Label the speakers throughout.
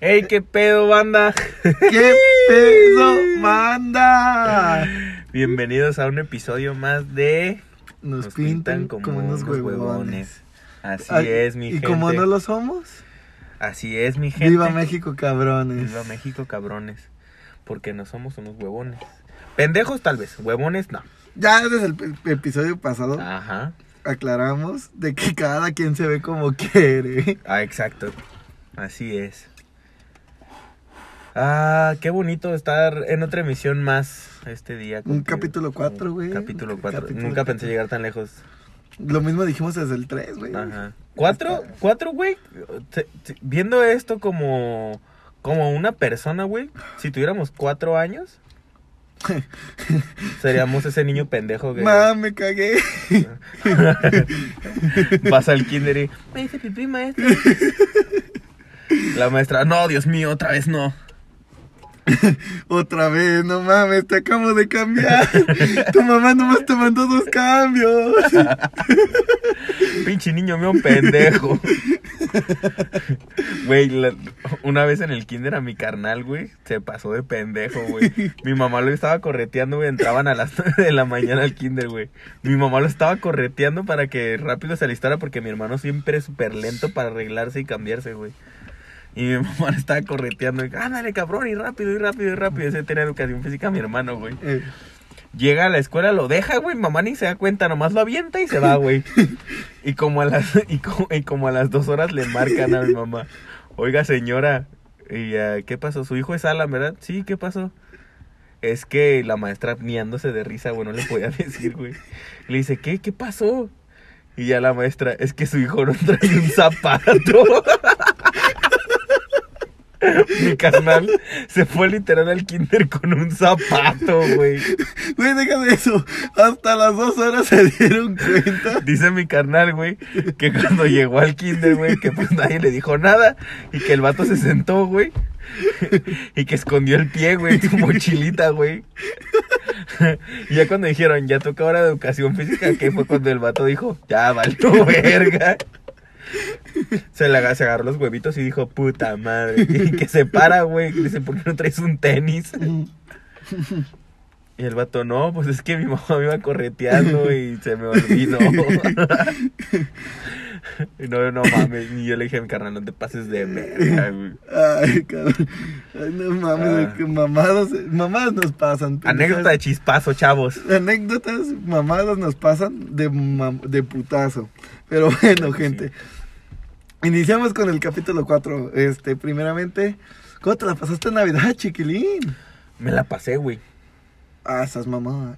Speaker 1: Ey, qué pedo, banda.
Speaker 2: ¡Qué peso manda!
Speaker 1: Bienvenidos a un episodio más de
Speaker 2: Nos, pintan, como, unos huevones.
Speaker 1: Así
Speaker 2: Ay,
Speaker 1: es, mi
Speaker 2: ¿Y
Speaker 1: gente.
Speaker 2: como no lo somos?
Speaker 1: Así es, mi gente.
Speaker 2: ¡Viva México, cabrones!
Speaker 1: Viva México, cabrones. Porque no somos unos huevones. Pendejos tal vez, huevones no.
Speaker 2: Ya desde el p- episodio pasado
Speaker 1: Ajá.
Speaker 2: aclaramos de que cada quien se ve como quiere.
Speaker 1: Ah, exacto. Así es. Ah, qué bonito estar en otra emisión más este día.
Speaker 2: Un
Speaker 1: contigo.
Speaker 2: capítulo cuatro, güey.
Speaker 1: Capítulo
Speaker 2: Un
Speaker 1: 4.
Speaker 2: capítulo
Speaker 1: Nunca
Speaker 2: cuatro.
Speaker 1: pensé llegar tan lejos.
Speaker 2: Lo mismo dijimos desde el 3, güey.
Speaker 1: Ajá. Cuatro, cuatro, güey. Te- te- Viendo esto como, como una persona, güey. Si tuviéramos cuatro años, seríamos ese niño pendejo que
Speaker 2: Ma, me cagué.
Speaker 1: pasa al kinder y me dice pipí, maestra. La maestra, no, Dios mío, otra vez no.
Speaker 2: Otra vez, no mames, te acabo de cambiar. tu mamá nomás te mandó dos cambios.
Speaker 1: Pinche niño mío, un pendejo. Güey, la- una vez en el kinder a mi carnal, güey, se pasó de pendejo, güey. Mi mamá lo estaba correteando, güey, entraban a las 9 de la mañana al kinder, güey. Mi mamá lo estaba correteando para que rápido se alistara porque mi hermano siempre es súper lento para arreglarse y cambiarse, güey. Y mi mamá lo estaba correteando, y, ándale, cabrón, y rápido, y rápido, y rápido. Ese tenía educación física mi hermano, güey.
Speaker 2: Eh,
Speaker 1: Llega a la escuela, lo deja, güey. Mamá ni se da cuenta, nomás lo avienta y se va, güey. Y como a las, y como, y como a las dos horas le marcan a mi mamá. Oiga, señora, ¿y, ah, ¿qué pasó? Su hijo es Alan, ¿verdad? Sí, ¿qué pasó? Es que la maestra miándose de risa, güey, no le podía decir, güey. Le dice, ¿qué? ¿Qué pasó? Y ya la maestra, es que su hijo no trae un zapato. Mi carnal se fue literal al kinder con un zapato, güey.
Speaker 2: Güey, déjame eso. Hasta las dos horas se dieron cuenta.
Speaker 1: Dice mi carnal, güey, que cuando llegó al kinder, güey, que pues nadie le dijo nada y que el vato se sentó, güey, y que escondió el pie, güey, en su mochilita, güey. Y ya cuando dijeron, ya toca ahora educación física, que fue cuando el vato dijo, ya, valió verga. Se, le aga- se agarró los huevitos y dijo, puta madre. Y que se para, güey. y Dice, ¿por qué no traes un tenis? Y el vato, no, pues es que mi mamá me iba correteando y se me olvidó. Y no, no mames. Y yo le dije a mi carnal, no te pases de verga, güey.
Speaker 2: Ay, cabrón. Ay, no mames,
Speaker 1: Ah.
Speaker 2: que mamadas, eh, mamadas nos pasan.
Speaker 1: Anécdota de chispazo, chavos.
Speaker 2: Anécdotas, mamadas nos pasan de, mam- de putazo. Pero bueno,
Speaker 1: que
Speaker 2: gente. Iniciamos con el capítulo 4. Este, primeramente, ¿cómo te la pasaste en Navidad, chiquilín?
Speaker 1: Me la pasé, güey.
Speaker 2: Ah, esas mamadas.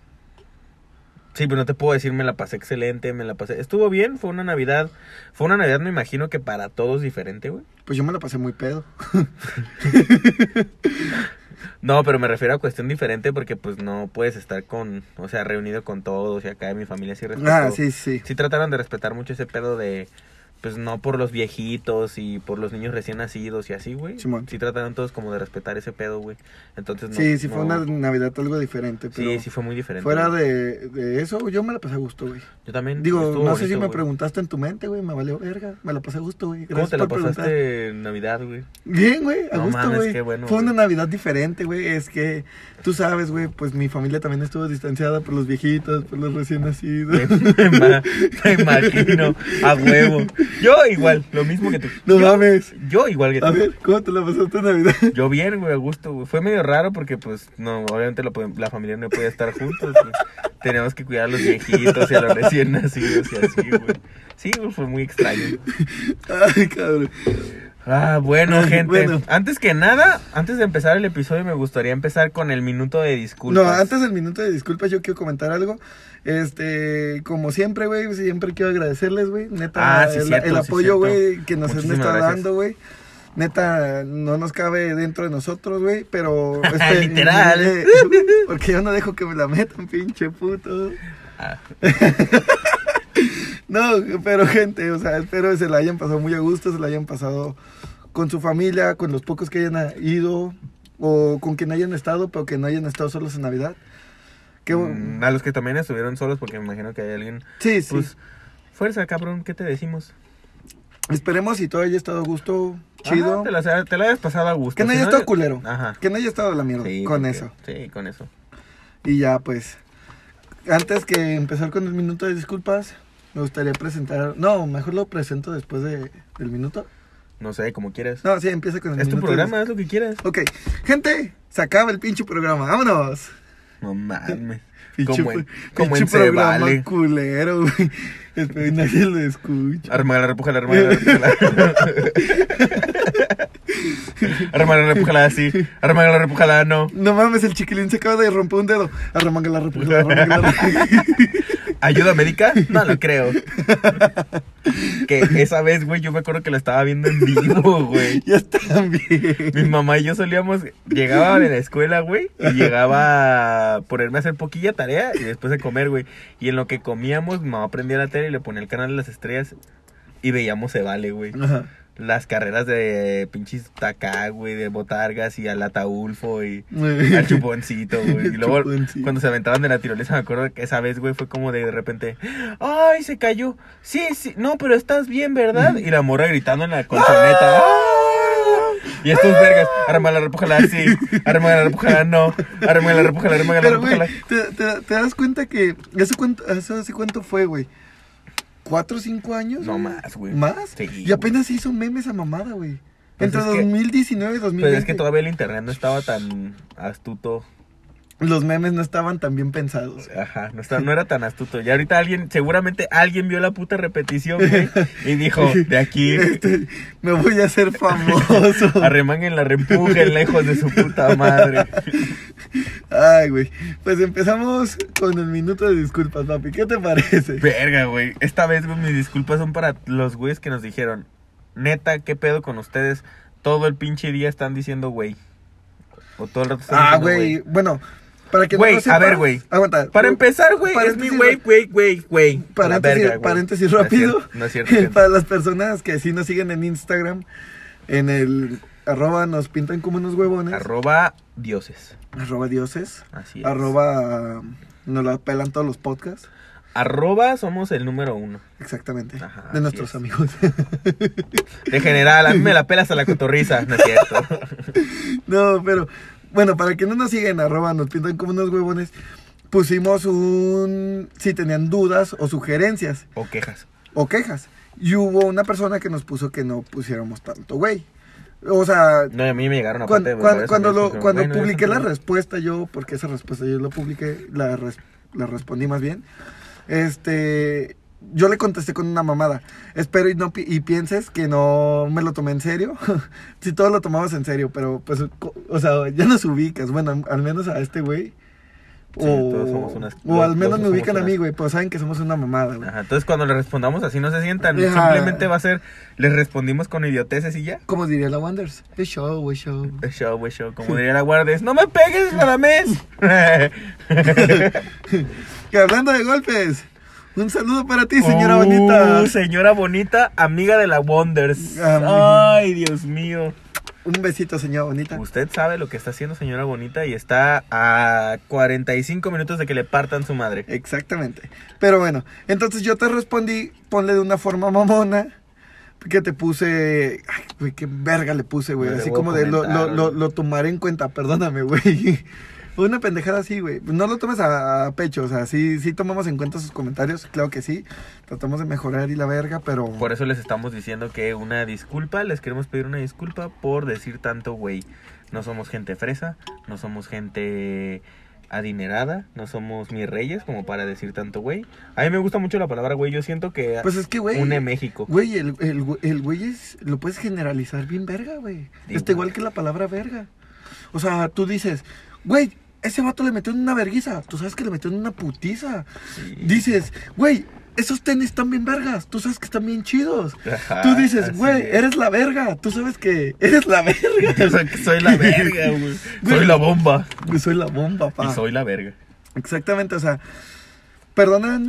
Speaker 1: Sí, pero no te puedo decir, me la pasé excelente, me la pasé. Estuvo bien, fue una Navidad. Fue una Navidad, me imagino que para todos diferente, güey.
Speaker 2: Pues yo me la pasé muy pedo.
Speaker 1: No, pero me refiero a cuestión diferente porque, pues, no puedes estar con, o sea, reunido con todos y acá mi familia sí respetó.
Speaker 2: Ah, sí, sí.
Speaker 1: sí trataron de respetar mucho ese pedo de pues no por los viejitos y por los niños recién nacidos y así, güey.
Speaker 2: Simón.
Speaker 1: Sí trataron todos como de respetar ese pedo, güey. Entonces no
Speaker 2: Sí, sí,
Speaker 1: no-
Speaker 2: fue una Navidad algo diferente. Pero
Speaker 1: Sí, sí fue muy diferente.
Speaker 2: Fuera
Speaker 1: güey.
Speaker 2: de, de eso, yo me la pasé a gusto, güey.
Speaker 1: Yo también
Speaker 2: Digo,
Speaker 1: estuvo
Speaker 2: no sé si
Speaker 1: bonito,
Speaker 2: me
Speaker 1: güey.
Speaker 2: preguntaste en tu mente, güey, me valió verga, me la pasé a gusto, güey.
Speaker 1: ¿Cómo
Speaker 2: Gracias
Speaker 1: te la
Speaker 2: por
Speaker 1: pasaste
Speaker 2: preguntar.
Speaker 1: en Navidad, güey?
Speaker 2: Bien, güey, a
Speaker 1: No
Speaker 2: gusto,
Speaker 1: mames,
Speaker 2: güey.
Speaker 1: qué bueno,
Speaker 2: Fue una
Speaker 1: güey.
Speaker 2: Navidad diferente, güey, es que tú sabes, güey, pues mi familia también estuvo distanciada por los viejitos, por los recién nacidos.
Speaker 1: Me, me ma- me imagino a huevo. Yo igual, lo mismo que tú.
Speaker 2: No
Speaker 1: yo,
Speaker 2: mames.
Speaker 1: yo igual que
Speaker 2: A
Speaker 1: tú.
Speaker 2: ver, ¿cómo te la pasaste en Navidad?
Speaker 1: Yo bien, güey, a gusto, güey. Fue medio raro porque, pues, no, obviamente lo podían- la familia no podía estar juntos. güey. Teníamos que cuidar a los viejitos y a los recién nacidos y así, güey. Sí, güey, fue muy extraño.
Speaker 2: Ay, cabrón.
Speaker 1: Ah, bueno, gente.
Speaker 2: Bueno.
Speaker 1: Antes que nada, antes de empezar el episodio, me gustaría empezar con el minuto de disculpas.
Speaker 2: No, antes del minuto de disculpas, yo quiero comentar algo. Este, como siempre, güey, siempre quiero agradecerles, güey. Neta,
Speaker 1: Ah, sí,
Speaker 2: el,
Speaker 1: cierto,
Speaker 2: el
Speaker 1: sí, cierto.
Speaker 2: apoyo, güey, que nos
Speaker 1: Muchísimas
Speaker 2: está
Speaker 1: gracias.
Speaker 2: dando, güey. Neta, no nos cabe dentro de nosotros, güey, pero...
Speaker 1: Este, Literal.
Speaker 2: eh, porque yo no dejo que me la metan, pinche puto.
Speaker 1: Ah,
Speaker 2: No, pero gente, o sea, espero que se la hayan pasado muy a gusto, se la hayan pasado con su familia, con los pocos que hayan a- ido o con quien hayan estado, pero que no hayan estado solos en Navidad. Qué, bu-
Speaker 1: mm, a los que también estuvieron solos, porque me imagino que hay alguien.
Speaker 2: sí, sí.
Speaker 1: Pues, fuerza, cabrón, ¿qué te decimos?
Speaker 2: Esperemos si todo haya estado a gusto, chido.
Speaker 1: Ajá, te, la, te la hayas pasado a gusto.
Speaker 2: que no haya
Speaker 1: Si
Speaker 2: estado culero.
Speaker 1: Ajá.
Speaker 2: Que no haya estado de la mierda
Speaker 1: Sí,
Speaker 2: con
Speaker 1: porque-
Speaker 2: eso.
Speaker 1: Sí, con eso.
Speaker 2: Y ya, pues. Antes que empezar con el minuto de disculpas, me gustaría presentar. No, mejor lo presento después de, del minuto.
Speaker 1: No sé, como quieras.
Speaker 2: No, sí, empieza con el
Speaker 1: es tu
Speaker 2: minuto.
Speaker 1: programa, haz lo que quieras.
Speaker 2: de- Ok, gente, se acaba el pinche programa. Vámonos.
Speaker 1: No mames.
Speaker 2: Pinche,
Speaker 1: Como en,
Speaker 2: pro-
Speaker 1: como
Speaker 2: pinche
Speaker 1: en se
Speaker 2: programa
Speaker 1: vale.
Speaker 2: culero, güey. Espero que nadie lo escuche.
Speaker 1: Arma la repújala, arma la repújala. arma la repújala así. Arma la repújala, no.
Speaker 2: No mames, el chiquilín se acaba de romper un dedo. Arremanga la repújala, arremanga la
Speaker 1: ¿Ayuda médica? No lo creo. Que esa vez, güey, yo me acuerdo que la estaba viendo en vivo, güey.
Speaker 2: Ya están bien.
Speaker 1: Mi mamá y yo solíamos, llegaba de la escuela, güey, y llegaba a ponerme a hacer poquilla tarea y después de comer, güey. Y en lo que comíamos, mi mamá prendía la tele y le ponía el canal de las estrellas y veíamos Se Vale, güey.
Speaker 2: Ajá.
Speaker 1: Las carreras de pinches Tacá, güey, de Botargas y al Ataulfo y al Chuponcito, güey. Y luego,
Speaker 2: Chuponcito.
Speaker 1: cuando se aventaban de la tirolesa, me acuerdo que esa vez, güey, fue como de, de repente, ¡ay, se cayó! Sí, sí, no, pero estás bien, ¿verdad? Y la morra gritando en la colchoneta. ¡Ah! Y estos vergas, armala, repújala, sí, armala, repújala, no, armala, repújala, armala,
Speaker 2: Pero, güey,
Speaker 1: repújala.
Speaker 2: te, te- te das cuenta que. ¿Eso, cuánto, eso hace cuánto fue, güey? ¿Cuatro o cinco años?
Speaker 1: No
Speaker 2: güey?
Speaker 1: más, güey.
Speaker 2: ¿Más?
Speaker 1: Sí,
Speaker 2: y apenas se hizo meme esa mamada, güey.
Speaker 1: Pues
Speaker 2: Entre
Speaker 1: es que-
Speaker 2: 2019 y 2020.
Speaker 1: Pero es que todavía el internet no estaba tan astuto.
Speaker 2: Los memes no estaban tan bien pensados.
Speaker 1: Ajá, no, está- no era tan astuto. Ya ahorita alguien, seguramente alguien vio la puta repetición, güey, y dijo, de aquí,
Speaker 2: Este, me voy a hacer famoso.
Speaker 1: arremánguenla, repújenla, hijos de su puta madre.
Speaker 2: Ay, güey. Pues empezamos con el minuto de disculpas, papi. ¿Qué te parece?
Speaker 1: Verga, güey. Esta vez, güey, mis disculpas son para los güeyes que nos dijeron, neta, ¿qué pedo con ustedes? Todo el pinche día están diciendo, güey. O todo el rato están
Speaker 2: Ah,
Speaker 1: diciendo,
Speaker 2: güey. Bueno, para que
Speaker 1: Güey,
Speaker 2: no lo
Speaker 1: a
Speaker 2: sepas-
Speaker 1: ver, güey.
Speaker 2: Aguanta.
Speaker 1: Para empezar, güey, es mi
Speaker 2: Paréntesis-
Speaker 1: güey, güey, güey, güey. A la
Speaker 2: Paréntesis,
Speaker 1: verga, güey.
Speaker 2: paréntesis
Speaker 1: No es
Speaker 2: rápido.
Speaker 1: cierto, No es cierto. gente.
Speaker 2: Para las personas que sí nos siguen en Instagram, en el arroba nos pintan como unos huevones.
Speaker 1: Arroba dioses.
Speaker 2: arroba dioses.
Speaker 1: Así es.
Speaker 2: Arroba um, nos la pelan todos los podcasts.
Speaker 1: Arroba somos el número uno.
Speaker 2: Exactamente.
Speaker 1: Ajá, así
Speaker 2: de nuestros
Speaker 1: es.
Speaker 2: amigos.
Speaker 1: De general, a mí me la pelas a la cotorriza. No es cierto.
Speaker 2: no, pero bueno, para que no nos siguen, arroba nos pintan como unos huevones. Pusimos un... Si tenían dudas o sugerencias
Speaker 1: O quejas.
Speaker 2: o quejas. Y hubo una persona que nos puso que no pusiéramos tanto, güey. O sea,
Speaker 1: No, a mí me llegaron a
Speaker 2: Cuan-
Speaker 1: parte de
Speaker 2: cuan-
Speaker 1: varios
Speaker 2: cuando
Speaker 1: amigos
Speaker 2: lo-
Speaker 1: que dijeron,
Speaker 2: cuando
Speaker 1: "Güey, no,
Speaker 2: publiqué
Speaker 1: eso
Speaker 2: la
Speaker 1: no".
Speaker 2: respuesta yo, porque esa respuesta yo la publiqué, la, res- la respondí más bien, este, yo le contesté con una mamada. Espero y no pi- y pienses que no me lo tomé en serio. si todo lo tomabas en serio, pero pues, co- o sea, ya nos ubicas, bueno, al menos a este güey.
Speaker 1: Sí, todos somos unas-
Speaker 2: o al menos
Speaker 1: todos
Speaker 2: me
Speaker 1: somos
Speaker 2: ubican a mí,
Speaker 1: unas- Ah.
Speaker 2: güey, pero saben que somos una mamada, güey.
Speaker 1: Ajá, entonces cuando le respondamos así no se sientan,
Speaker 2: Ajá.
Speaker 1: simplemente va a ser, les respondimos con idioteces y ya.
Speaker 2: Como diría la Wonders, es show, es show.
Speaker 1: Es show, es show, como diría la guardes, no me pegues a la mes.
Speaker 2: Que hablando de golpes, un saludo para ti, señora
Speaker 1: Uh,
Speaker 2: bonita.
Speaker 1: Señora bonita, amiga de la Wonders.
Speaker 2: Amiga.
Speaker 1: Ay, Dios mío.
Speaker 2: Un besito, señora bonita.
Speaker 1: Usted sabe lo que está haciendo señora bonita y está a 45 minutos de que le partan su madre.
Speaker 2: Exactamente. Pero bueno, entonces yo te respondí, ponle de una forma mamona, que te puse, ay, güey, qué verga le puse, güey,
Speaker 1: No le
Speaker 2: así
Speaker 1: voy a
Speaker 2: como de lo, lo,
Speaker 1: comentar,
Speaker 2: lo,
Speaker 1: güey.
Speaker 2: lo tomaré en cuenta, perdóname, güey. Una pendejada así, güey. No lo tomes a, a pecho, o sea, sí, sí tomamos en cuenta sus comentarios, claro que sí. Tratamos de mejorar y la verga, pero...
Speaker 1: Por eso les estamos diciendo que una disculpa, les queremos pedir una disculpa por decir tanto, güey. No somos gente fresa, no somos gente adinerada, no somos mis reyes como para decir tanto, güey. A mí me gusta mucho la palabra, güey. Yo siento que
Speaker 2: Pues es que, güey...
Speaker 1: une México.
Speaker 2: Güey, el, el, güe- el güey es, lo puedes generalizar bien verga, güey.
Speaker 1: Sí, güey.
Speaker 2: Está igual que la palabra verga. O sea, tú dices, güey, ese vato le metió en una verguiza. Tú sabes que le metió en una putiza.
Speaker 1: Sí.
Speaker 2: Dices, güey, esos tenis están bien vergas. Tú sabes que están bien chidos.
Speaker 1: Ajá,
Speaker 2: Tú
Speaker 1: así
Speaker 2: dices, güey,
Speaker 1: es.
Speaker 2: eres la verga. Tú sabes que eres la verga.
Speaker 1: Yo soy, soy la verga, güey.
Speaker 2: Güey.
Speaker 1: Soy la bomba.
Speaker 2: Yo soy la bomba,
Speaker 1: Y
Speaker 2: pa.
Speaker 1: soy la verga.
Speaker 2: Exactamente, o sea, perdonan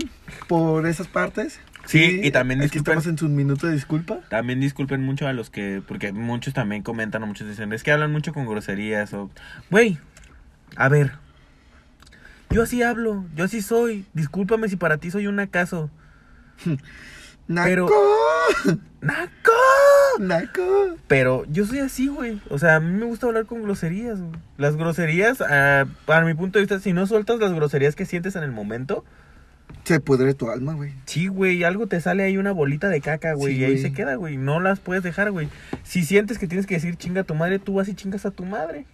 Speaker 2: por esas partes.
Speaker 1: Sí, y también
Speaker 2: Aquí
Speaker 1: disculpen.
Speaker 2: estamos en su minuto de disculpa.
Speaker 1: También disculpen mucho a los que, porque muchos también comentan, o muchos dicen, es que hablan mucho con groserías o, güey, a ver, yo así hablo, yo así soy, discúlpame si para ti soy un acaso. Pero-
Speaker 2: Naco.
Speaker 1: ¡Naco!
Speaker 2: naco.
Speaker 1: Pero yo soy así, güey. O sea, a mí me gusta hablar con groserías, güey. Las groserías, ah, para mi punto de vista, si no sueltas las groserías que sientes en el momento,
Speaker 2: Se pudre tu alma, güey.
Speaker 1: sí, güey, algo te sale ahí una bolita de caca, güey,
Speaker 2: Sí,
Speaker 1: y ahí
Speaker 2: güey.
Speaker 1: se queda, güey. No las puedes dejar, güey. Si sientes que tienes que decir chinga a tu madre, tú vas y chingas a tu madre.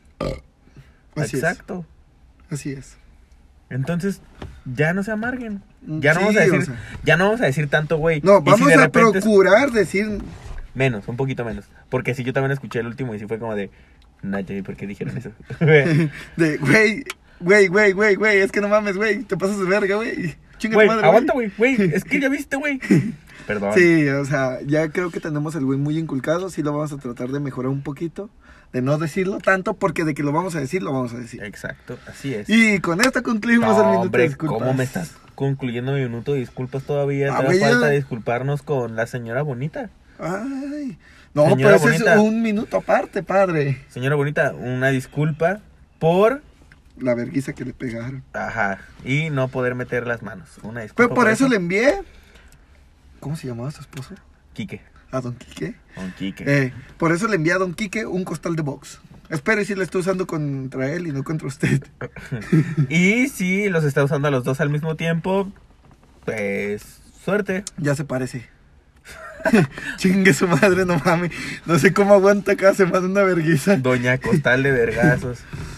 Speaker 2: Así
Speaker 1: Exacto.
Speaker 2: es. Así es.
Speaker 1: Entonces, ya no se amarguen.
Speaker 2: Mm,
Speaker 1: Ya no
Speaker 2: sí,
Speaker 1: vamos a decir,
Speaker 2: o sea.
Speaker 1: ya no vamos a decir tanto, güey.
Speaker 2: No,
Speaker 1: Y si
Speaker 2: vamos
Speaker 1: de
Speaker 2: a
Speaker 1: repente-
Speaker 2: procurar decir.
Speaker 1: Menos, un poquito menos. Porque sí, yo también escuché el último y sí fue como de. Nacho, ¿y por qué dijeron eso? Güey,
Speaker 2: De, güey, güey, güey, güey, güey. Es que no mames, güey. Te pasas de verga, güey. Chinga tu madre.
Speaker 1: aguanta, güey. Güey, es que ya viste, güey. Perdón.
Speaker 2: Sí, o sea, ya creo que tenemos el güey muy inculcado. Sí, lo vamos a tratar de mejorar un poquito. De no decirlo tanto, porque de que lo vamos a decir, lo vamos a decir.
Speaker 1: Exacto, así es.
Speaker 2: Y con esto
Speaker 1: No,
Speaker 2: concluimos el minuto de
Speaker 1: hombre,
Speaker 2: disculpas.
Speaker 1: ¿cómo me estás concluyendo mi minuto de disculpas todavía?
Speaker 2: Ah,
Speaker 1: Te da
Speaker 2: güey, ya-
Speaker 1: falta disculparnos con la señora bonita.
Speaker 2: Ay. No,
Speaker 1: Señora
Speaker 2: pero ese es
Speaker 1: bonita.
Speaker 2: un minuto aparte, padre.
Speaker 1: Señora bonita, una disculpa por.
Speaker 2: La verguiza que le pegaron.
Speaker 1: Ajá. Y no poder meter las manos. Una disculpa.
Speaker 2: Fue Pues, por eso le envié. ¿Cómo se llamaba su esposo?
Speaker 1: Quique.
Speaker 2: A don Quique.
Speaker 1: Con Quique.
Speaker 2: Eh, por eso le envié a don Quique un costal de box. Espero y si lo estoy usando contra él y no contra usted.
Speaker 1: Y si los está usando a los dos al mismo tiempo, pues suerte.
Speaker 2: Ya se parece. Chingue su madre, no mames. No sé cómo aguanta cada semana una verguiza.
Speaker 1: Doña Costal de Vergazos.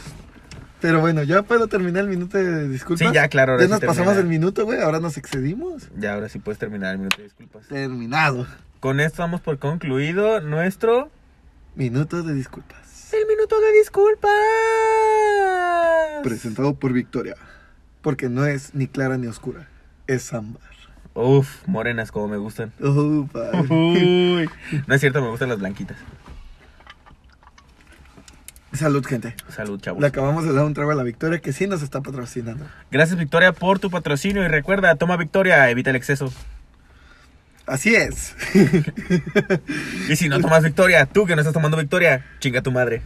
Speaker 2: Pero bueno, ya puedo terminar el minuto de disculpas.
Speaker 1: Sí, ya, claro, ahora
Speaker 2: Pues Ya
Speaker 1: sí
Speaker 2: nos
Speaker 1: termina.
Speaker 2: pasamos el minuto, güey. Ahora nos excedimos.
Speaker 1: Ya ahora sí puedes terminar el minuto, disculpas.
Speaker 2: Terminado.
Speaker 1: Con esto vamos por concluido nuestro...
Speaker 2: Minuto de disculpas.
Speaker 1: El minuto de disculpas.
Speaker 2: Presentado por Victoria. Porque no es ni clara ni oscura. Es ámbar.
Speaker 1: Uf, morenas como me gustan.
Speaker 2: Oh, padre.
Speaker 1: Uy. No es cierto, me gustan las blanquitas.
Speaker 2: Salud, gente.
Speaker 1: Salud, chavos.
Speaker 2: Le acabamos de dar un trago a la Victoria que sí nos está patrocinando.
Speaker 1: Gracias, Victoria, por tu patrocinio. Y recuerda, toma Victoria, evita el exceso.
Speaker 2: Así es.
Speaker 1: Y si no tomas Victoria, tú que no estás tomando Victoria, chinga tu madre.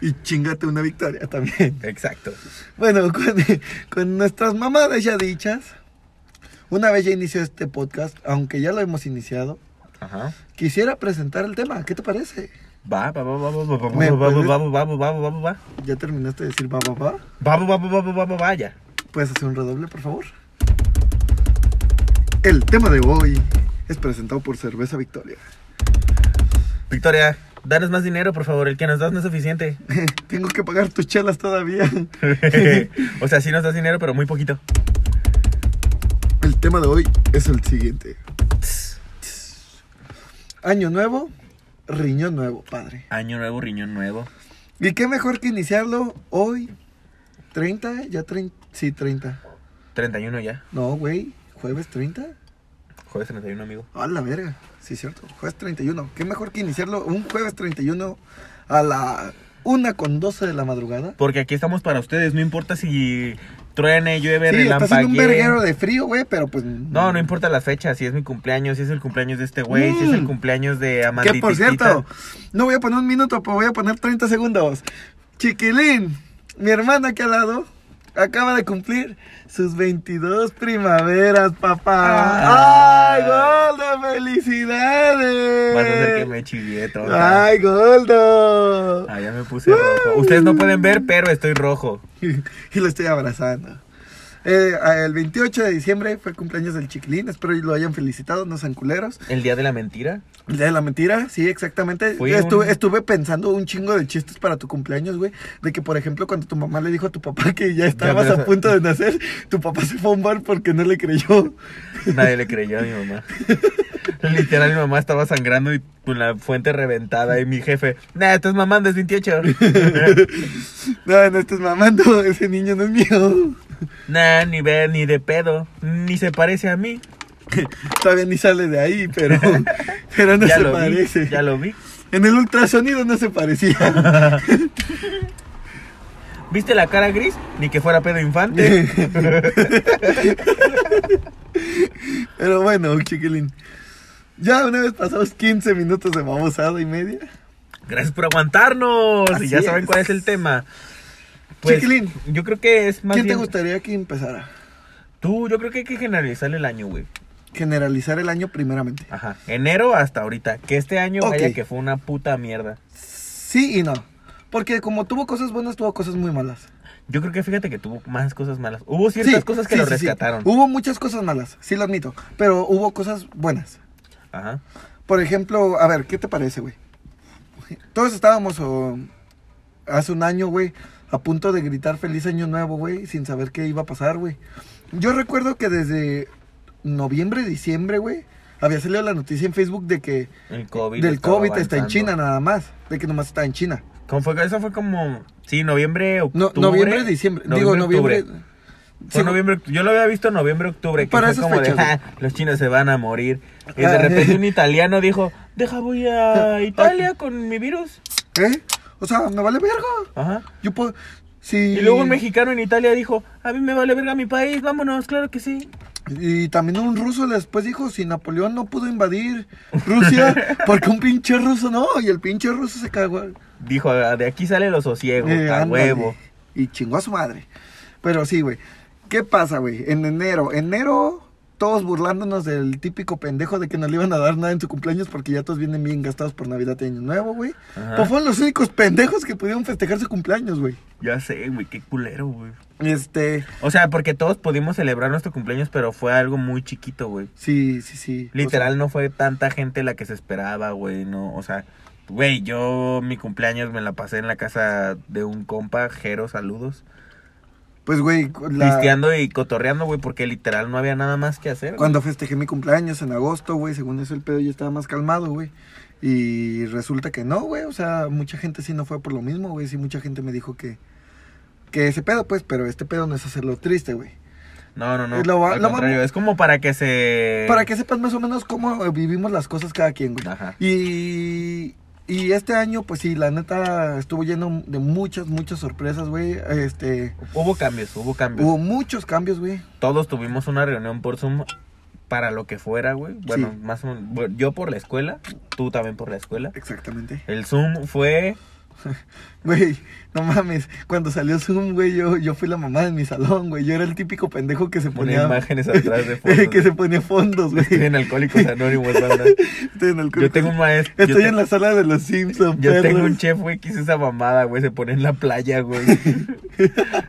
Speaker 2: y chingate una Victoria también.
Speaker 1: Exacto.
Speaker 2: Bueno, con, con nuestras mamadas ya dichas, una vez ya inició este podcast, aunque ya lo hemos iniciado,
Speaker 1: Ajá.
Speaker 2: quisiera presentar el tema. ¿Qué te parece?
Speaker 1: Va, va, va, va, va, va, va,
Speaker 2: ¿Me
Speaker 1: va, va,
Speaker 2: puedes-
Speaker 1: va, va, va, va, va, va, va.
Speaker 2: ¿Ya terminaste de decir va, va, va?
Speaker 1: Va, va, va, va, va, va, va, va, vaya.
Speaker 2: ¿Puedes hacer un redoble, por favor? El tema de hoy es presentado por Cerveza Victoria.
Speaker 1: Victoria, danos más dinero, por favor. El que nos das no es suficiente.
Speaker 2: Tengo que pagar tus chelas todavía.
Speaker 1: o sea, sí nos das dinero, pero muy poquito.
Speaker 2: El tema de hoy es el siguiente. Año nuevo, riñón nuevo, padre.
Speaker 1: Año nuevo, riñón nuevo.
Speaker 2: ¿Y qué mejor que iniciarlo hoy? ¿30? ¿Ya 30? Sí, 30.
Speaker 1: 31 ya.
Speaker 2: No, güey, jueves 30.
Speaker 1: Jueves 31, amigo.
Speaker 2: A la verga. Sí, cierto. Jueves 31. ¿Qué mejor que iniciarlo un jueves 31 a la 1 con 12 de la madrugada?
Speaker 1: Porque aquí estamos para ustedes. No importa si truene, llueve,
Speaker 2: Sí, está haciendo un
Speaker 1: relampaguee.
Speaker 2: verguero de frío, güey, pero pues...
Speaker 1: No, no importa la fecha. Si es mi cumpleaños, si es el cumpleaños de este güey, si es el
Speaker 2: Mm.
Speaker 1: cumpleaños de Amandita.
Speaker 2: Que por cierto, no voy a poner un minuto, pero voy a poner 30 segundos. Chiquilín, mi hermana aquí al lado acaba de cumplir sus 22 primaveras, papá.
Speaker 1: Ah.
Speaker 2: ¡Ay, Goldo, felicidades!
Speaker 1: Vas a hacer que me chivie, tonta.
Speaker 2: eh, ¡Ay, Goldo!
Speaker 1: Ah, ya me puse rojo. Ustedes no pueden ver, pero estoy rojo.
Speaker 2: y lo estoy abrazando. Eh, el 28 de diciembre fue cumpleaños del chiquilín. Espero y lo hayan felicitado, no sean culeros.
Speaker 1: El día de la mentira.
Speaker 2: El día de la mentira, sí, exactamente.
Speaker 1: Fui
Speaker 2: Estuve,
Speaker 1: un-
Speaker 2: estuve pensando un chingo de chistes para tu cumpleaños, güey. De que, por ejemplo, cuando tu mamá le dijo a tu papá que ya estabas
Speaker 1: pero
Speaker 2: a
Speaker 1: esa-
Speaker 2: punto de nacer, tu papá se fue a un bar porque no le creyó.
Speaker 1: Nadie le creyó a mi mamá. Literal, mi mamá estaba sangrando y con la fuente reventada. Y mi jefe, nah, estás mamando, es 28.
Speaker 2: No, no estás mamando, ese niño no es mío.
Speaker 1: nah, ni ver, ni de pedo. Ni se parece a mí.
Speaker 2: Todavía ni sale de ahí, pero, pero no
Speaker 1: ya
Speaker 2: se
Speaker 1: lo
Speaker 2: parece.
Speaker 1: vi. Ya lo vi.
Speaker 2: En el ultrasonido no se parecía.
Speaker 1: ¿Viste la cara gris? Ni que fuera pedo infante.
Speaker 2: Pero bueno, chiquilín. Ya una vez pasados 15 minutos de babosada y media.
Speaker 1: Gracias por aguantarnos.
Speaker 2: Así
Speaker 1: y ya saben
Speaker 2: es.
Speaker 1: cuál es el tema. Pues,
Speaker 2: Chiquilín,
Speaker 1: yo creo que es más
Speaker 2: ¿Quién te
Speaker 1: bien-
Speaker 2: gustaría que empezara?
Speaker 1: Tú, yo creo que hay que generalizar el año, güey.
Speaker 2: generalizar el año primeramente.
Speaker 1: Ajá. Enero hasta ahorita. Que este año
Speaker 2: Ok.
Speaker 1: vaya que fue una puta mierda.
Speaker 2: Sí y no. Porque como tuvo cosas buenas, tuvo cosas muy malas.
Speaker 1: Yo creo que fíjate que tuvo más cosas malas. Hubo ciertas
Speaker 2: Sí,
Speaker 1: cosas que
Speaker 2: sí,
Speaker 1: lo
Speaker 2: sí, sí.
Speaker 1: rescataron.
Speaker 2: Hubo muchas cosas malas, sí lo admito. Pero hubo cosas buenas.
Speaker 1: Ajá.
Speaker 2: Por ejemplo, a ver, ¿qué te parece, güey? Todos estábamos o, hace un año, güey, a punto de gritar feliz año nuevo, güey, sin saber qué iba a pasar, güey. Yo recuerdo que desde noviembre, diciembre, güey, había salido la noticia en Facebook de que
Speaker 1: El COVID.
Speaker 2: del
Speaker 1: estaba
Speaker 2: COVID está en
Speaker 1: avanzando.
Speaker 2: China nada más, de que nomás está en China.
Speaker 1: ¿Cómo fue? Eso fue como. Sí, noviembre,
Speaker 2: No,
Speaker 1: octubre.
Speaker 2: noviembre, diciembre, digo
Speaker 1: octubre.
Speaker 2: noviembre.
Speaker 1: Fue
Speaker 2: Sí,
Speaker 1: noviembre, octu- yo lo había visto en noviembre, octubre. Que
Speaker 2: Para
Speaker 1: fue
Speaker 2: esas
Speaker 1: como de,
Speaker 2: fechas,
Speaker 1: "Ja, los chinos se van a morir. Y de
Speaker 2: Ah.
Speaker 1: repente un italiano dijo, deja, voy a Italia con mi virus.
Speaker 2: ¿Eh? O sea, me vale verga.
Speaker 1: Ajá.
Speaker 2: Yo puedo sí.
Speaker 1: Y luego un mexicano en Italia dijo, a mí me vale verga mi país, vámonos, claro que sí.
Speaker 2: Y también un ruso después dijo, si Napoleón no pudo invadir Rusia, porque un pinche ruso no, y el pinche ruso se cagó.
Speaker 1: Dijo, "Ah, de aquí sale lo sosiego,
Speaker 2: Eh,
Speaker 1: a
Speaker 2: ándale.
Speaker 1: huevo.
Speaker 2: Y chingó a su madre. Pero sí, güey. ¿Qué pasa, güey? En enero, enero, todos burlándonos del típico pendejo de que no le iban a dar nada en su cumpleaños porque ya todos vienen bien gastados por Navidad y Año Nuevo, güey.
Speaker 1: Ajá.
Speaker 2: Pues fueron los únicos pendejos que pudieron festejar su cumpleaños, güey.
Speaker 1: Ya sé, güey, qué culero, güey.
Speaker 2: Este,
Speaker 1: O sea, porque todos pudimos celebrar nuestro cumpleaños, pero fue algo muy chiquito, güey.
Speaker 2: sí, sí, sí. O sea,
Speaker 1: Literal, no fue tanta gente la que se esperaba, güey, no, o sea, güey, yo mi cumpleaños me la pasé en la casa de un compa, Jero, saludos,
Speaker 2: pues, güey, la-
Speaker 1: pisteando y cotorreando, güey, porque literal no había nada más que hacer. güey.
Speaker 2: Cuando festejé mi cumpleaños en agosto, güey, según eso el pedo ya estaba más calmado, güey. Y resulta que no, güey, o sea, mucha gente sí no fue por lo mismo, güey, sí mucha gente me dijo que que ese pedo, pues, pero este pedo no es hacerlo triste, güey.
Speaker 1: No, no, no,
Speaker 2: Lo va-
Speaker 1: al
Speaker 2: lo
Speaker 1: contrario,
Speaker 2: vamos-
Speaker 1: es como para que se...
Speaker 2: Para que sepas más o menos cómo eh, vivimos las cosas cada quien, güey.
Speaker 1: Ajá.
Speaker 2: Y, y este año, pues sí, la neta estuvo lleno de muchas, muchas sorpresas, güey. Este,
Speaker 1: Hubo cambios, hubo cambios.
Speaker 2: hubo muchos cambios, güey.
Speaker 1: Todos tuvimos una reunión por Zoom para lo que fuera, güey. Bueno,
Speaker 2: Sí.
Speaker 1: más o menos, bueno, yo por la escuela, tú también por la escuela.
Speaker 2: Exactamente.
Speaker 1: El Zoom fue...
Speaker 2: Güey, no mames, cuando salió Zoom, güey, yo, yo fui la mamá de mi salón, güey. Yo era el típico pendejo que se
Speaker 1: Ponía
Speaker 2: ponía.
Speaker 1: imágenes atrás de fondos,
Speaker 2: que
Speaker 1: güey.
Speaker 2: se ponía fondos, güey.
Speaker 1: Estoy en Alcohólicos Anónimos, banda.
Speaker 2: Estoy en el
Speaker 1: Yo tengo un maestro. yo
Speaker 2: Estoy
Speaker 1: te-
Speaker 2: en la sala de los Simpsons,
Speaker 1: Yo tengo un chef, güey, que hizo esa mamada, güey. Se pone en la playa, güey.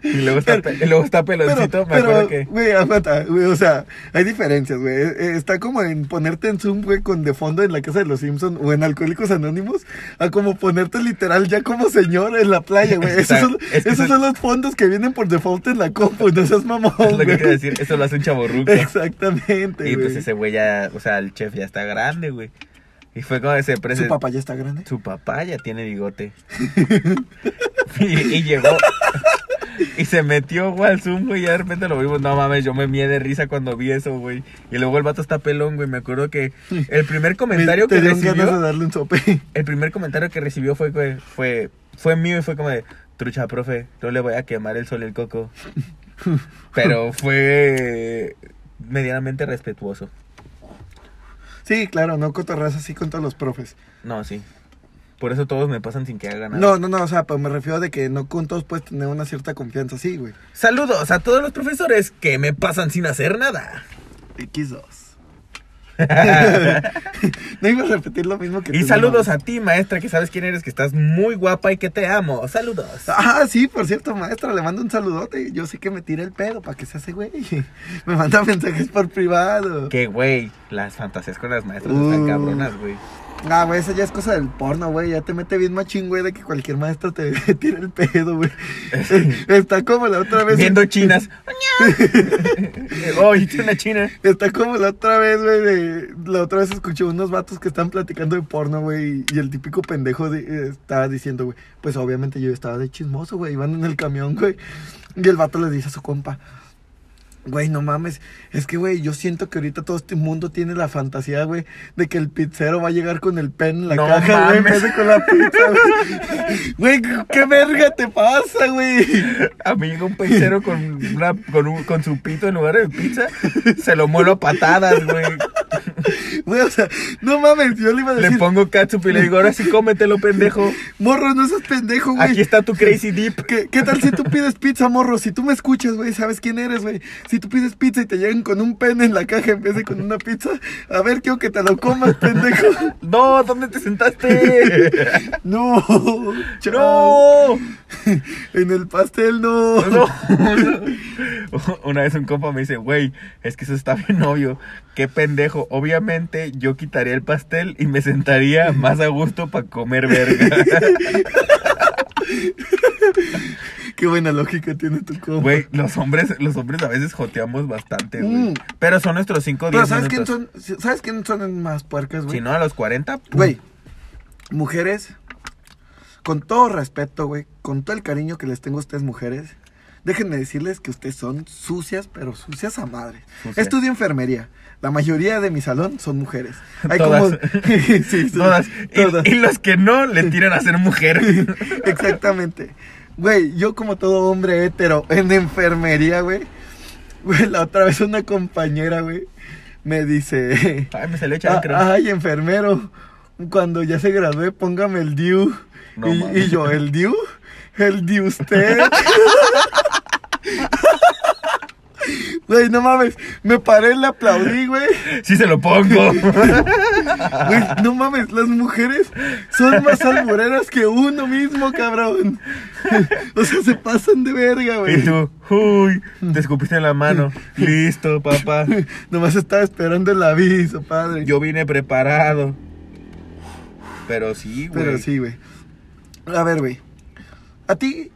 Speaker 1: y luego está, pe- y luego está
Speaker 2: Pero,
Speaker 1: peloncito. me
Speaker 2: pero,
Speaker 1: acuerdo que.
Speaker 2: güey, aguanta, güey, o sea, hay diferencias, güey. Eh, Está como en ponerte en Zoom, güey, con de fondo en la casa de los Simpsons o en Alcohólicos Anónimos, a como ponerte literal ya como señor en la playa, güey. Esos, son,
Speaker 1: Exacto, es que son-
Speaker 2: esos son los fondos que vienen por default en la compu, no seas mamón,
Speaker 1: Es lo que
Speaker 2: güey.
Speaker 1: quiero decir. Eso lo hace un chaborruco.
Speaker 2: Exactamente,
Speaker 1: y pues
Speaker 2: Este, güey.
Speaker 1: ese güey ya. O sea, el chef ya está grande, güey. Y fue como ese
Speaker 2: Su
Speaker 1: presentó.
Speaker 2: papá ya está grande.
Speaker 1: Su papá ya tiene bigote. y, y llegó. Y se metió, güey, al Zoom, güey, y de repente lo vimos. No mames, yo me mié de risa cuando vi eso, güey. Y luego el vato está pelón, güey. Me acuerdo que el primer comentario
Speaker 2: Te
Speaker 1: que
Speaker 2: dieron ganas
Speaker 1: recibió.
Speaker 2: de darle un sope.
Speaker 1: El primer comentario que recibió fue, que- fue, fue mío y fue como de, trucha, profe, no le voy a quemar el sol y el coco. Pero fue medianamente respetuoso.
Speaker 2: Sí, claro, no cotorras así con todos los profes.
Speaker 1: No, sí. Por eso todos me pasan sin que haga nada.
Speaker 2: No, no, no, o sea, pues me refiero de que no con todos puedes tener una cierta confianza, sí, güey.
Speaker 1: Saludos a todos los profesores que me pasan sin hacer nada.
Speaker 2: X2. no iba a repetir lo mismo que
Speaker 1: Y
Speaker 2: tú,
Speaker 1: saludos
Speaker 2: no
Speaker 1: a ti, maestra, que sabes quién eres, que estás muy guapa y que te amo. Saludos.
Speaker 2: Ah, sí, por cierto, maestra, le mando un saludote. Yo sé que me tira el pedo para que se hace, güey. Me manda mensajes por privado.
Speaker 1: Que, güey, las fantasías con las maestras
Speaker 2: Uh.
Speaker 1: están cabronas, güey.
Speaker 2: Ah, güey, esa ya es cosa del porno, güey. Ya te mete bien machín, güey, de que cualquier maestra te tira el pedo, güey. Está como la otra vez.
Speaker 1: Viendo chinas. ¡Ay, tiene una china!
Speaker 2: Está como la otra vez, güey, de- la otra vez escuché unos vatos que están platicando de porno, güey, y el típico pendejo de- eh, estaba diciendo, güey, pues obviamente yo estaba de chismoso, güey, iban en el camión, güey, y el vato le dice a su compa, güey, no mames, es que, güey, yo siento que ahorita todo este mundo tiene la fantasía, güey, de que el pizzero va a llegar con el pen en la
Speaker 1: No
Speaker 2: caja, güey, en
Speaker 1: mames.
Speaker 2: vez de con la pizza, güey. güey, qué verga te pasa, güey.
Speaker 1: A mí llega un pizzero con, una- con, un- con su pito en lugar de pizza. Se lo muelo a patadas, güey.
Speaker 2: Güey, o sea, no mames, yo le iba a
Speaker 1: Le
Speaker 2: decir,
Speaker 1: pongo catsup y le digo, ahora sí cómetelo, pendejo.
Speaker 2: morro, no seas pendejo, güey.
Speaker 1: Aquí está tu Crazy Deep.
Speaker 2: ¿Qué, qué tal si tú pides pizza, morro? Si tú me escuchas, güey, sabes quién eres, güey. Si tú pides pizza y te llegan con un pene en la caja en vez de con una pizza, a ver, quiero que te lo comas, pendejo.
Speaker 1: No, ¿dónde te sentaste?
Speaker 2: No, chao.
Speaker 1: ¡No!
Speaker 2: En el pastel, no.
Speaker 1: No. Una vez un compa me dice, güey, es que eso está bien obvio. Qué pendejo. Obviamente yo quitaría el pastel y me sentaría más a gusto para comer verga.
Speaker 2: Qué buena lógica tiene tu compa.
Speaker 1: Güey, los hombres, los hombres a veces joteamos bastante, güey.
Speaker 2: Mm.
Speaker 1: Pero son nuestros 5
Speaker 2: Pero
Speaker 1: 10
Speaker 2: ¿sabes
Speaker 1: minutos.
Speaker 2: quién, son, ¿sabes quién son más puercas, güey?
Speaker 1: Si no, a los 40, pum.
Speaker 2: Güey, mujeres, con todo respeto, güey, con todo el cariño que les tengo a ustedes, mujeres, déjenme decirles que ustedes son sucias, pero sucias a madre.
Speaker 1: Sucias.
Speaker 2: Estudio enfermería. La mayoría de mi salón son mujeres.
Speaker 1: Todas.
Speaker 2: sí, sí,
Speaker 1: Todas. Y-
Speaker 2: todas.
Speaker 1: Y, los que no, le tiran a ser mujer.
Speaker 2: Exactamente. Güey, yo como todo hombre hetero en enfermería, güey. Güey, la otra vez una compañera, güey, me dice...
Speaker 1: Ay, me salió
Speaker 2: Ah,
Speaker 1: chancro.
Speaker 2: ay, enfermero. Cuando ya se gradué, póngame el DIU.
Speaker 1: No
Speaker 2: y,
Speaker 1: mames.
Speaker 2: y yo, ¿el DIU? El DIU usted. Güey, no mames, me paré, le aplaudí, güey.
Speaker 1: Sí se lo pongo.
Speaker 2: Güey, no mames, las mujeres son más albureras que uno mismo, cabrón. O sea, se pasan de verga,
Speaker 1: y
Speaker 2: güey.
Speaker 1: tú, uy, te escupiste en la mano. Listo, papá.
Speaker 2: Nomás estaba esperando el aviso, padre.
Speaker 1: Yo vine preparado. Pero sí, güey.
Speaker 2: Pero sí, güey. A ver, güey. A ti,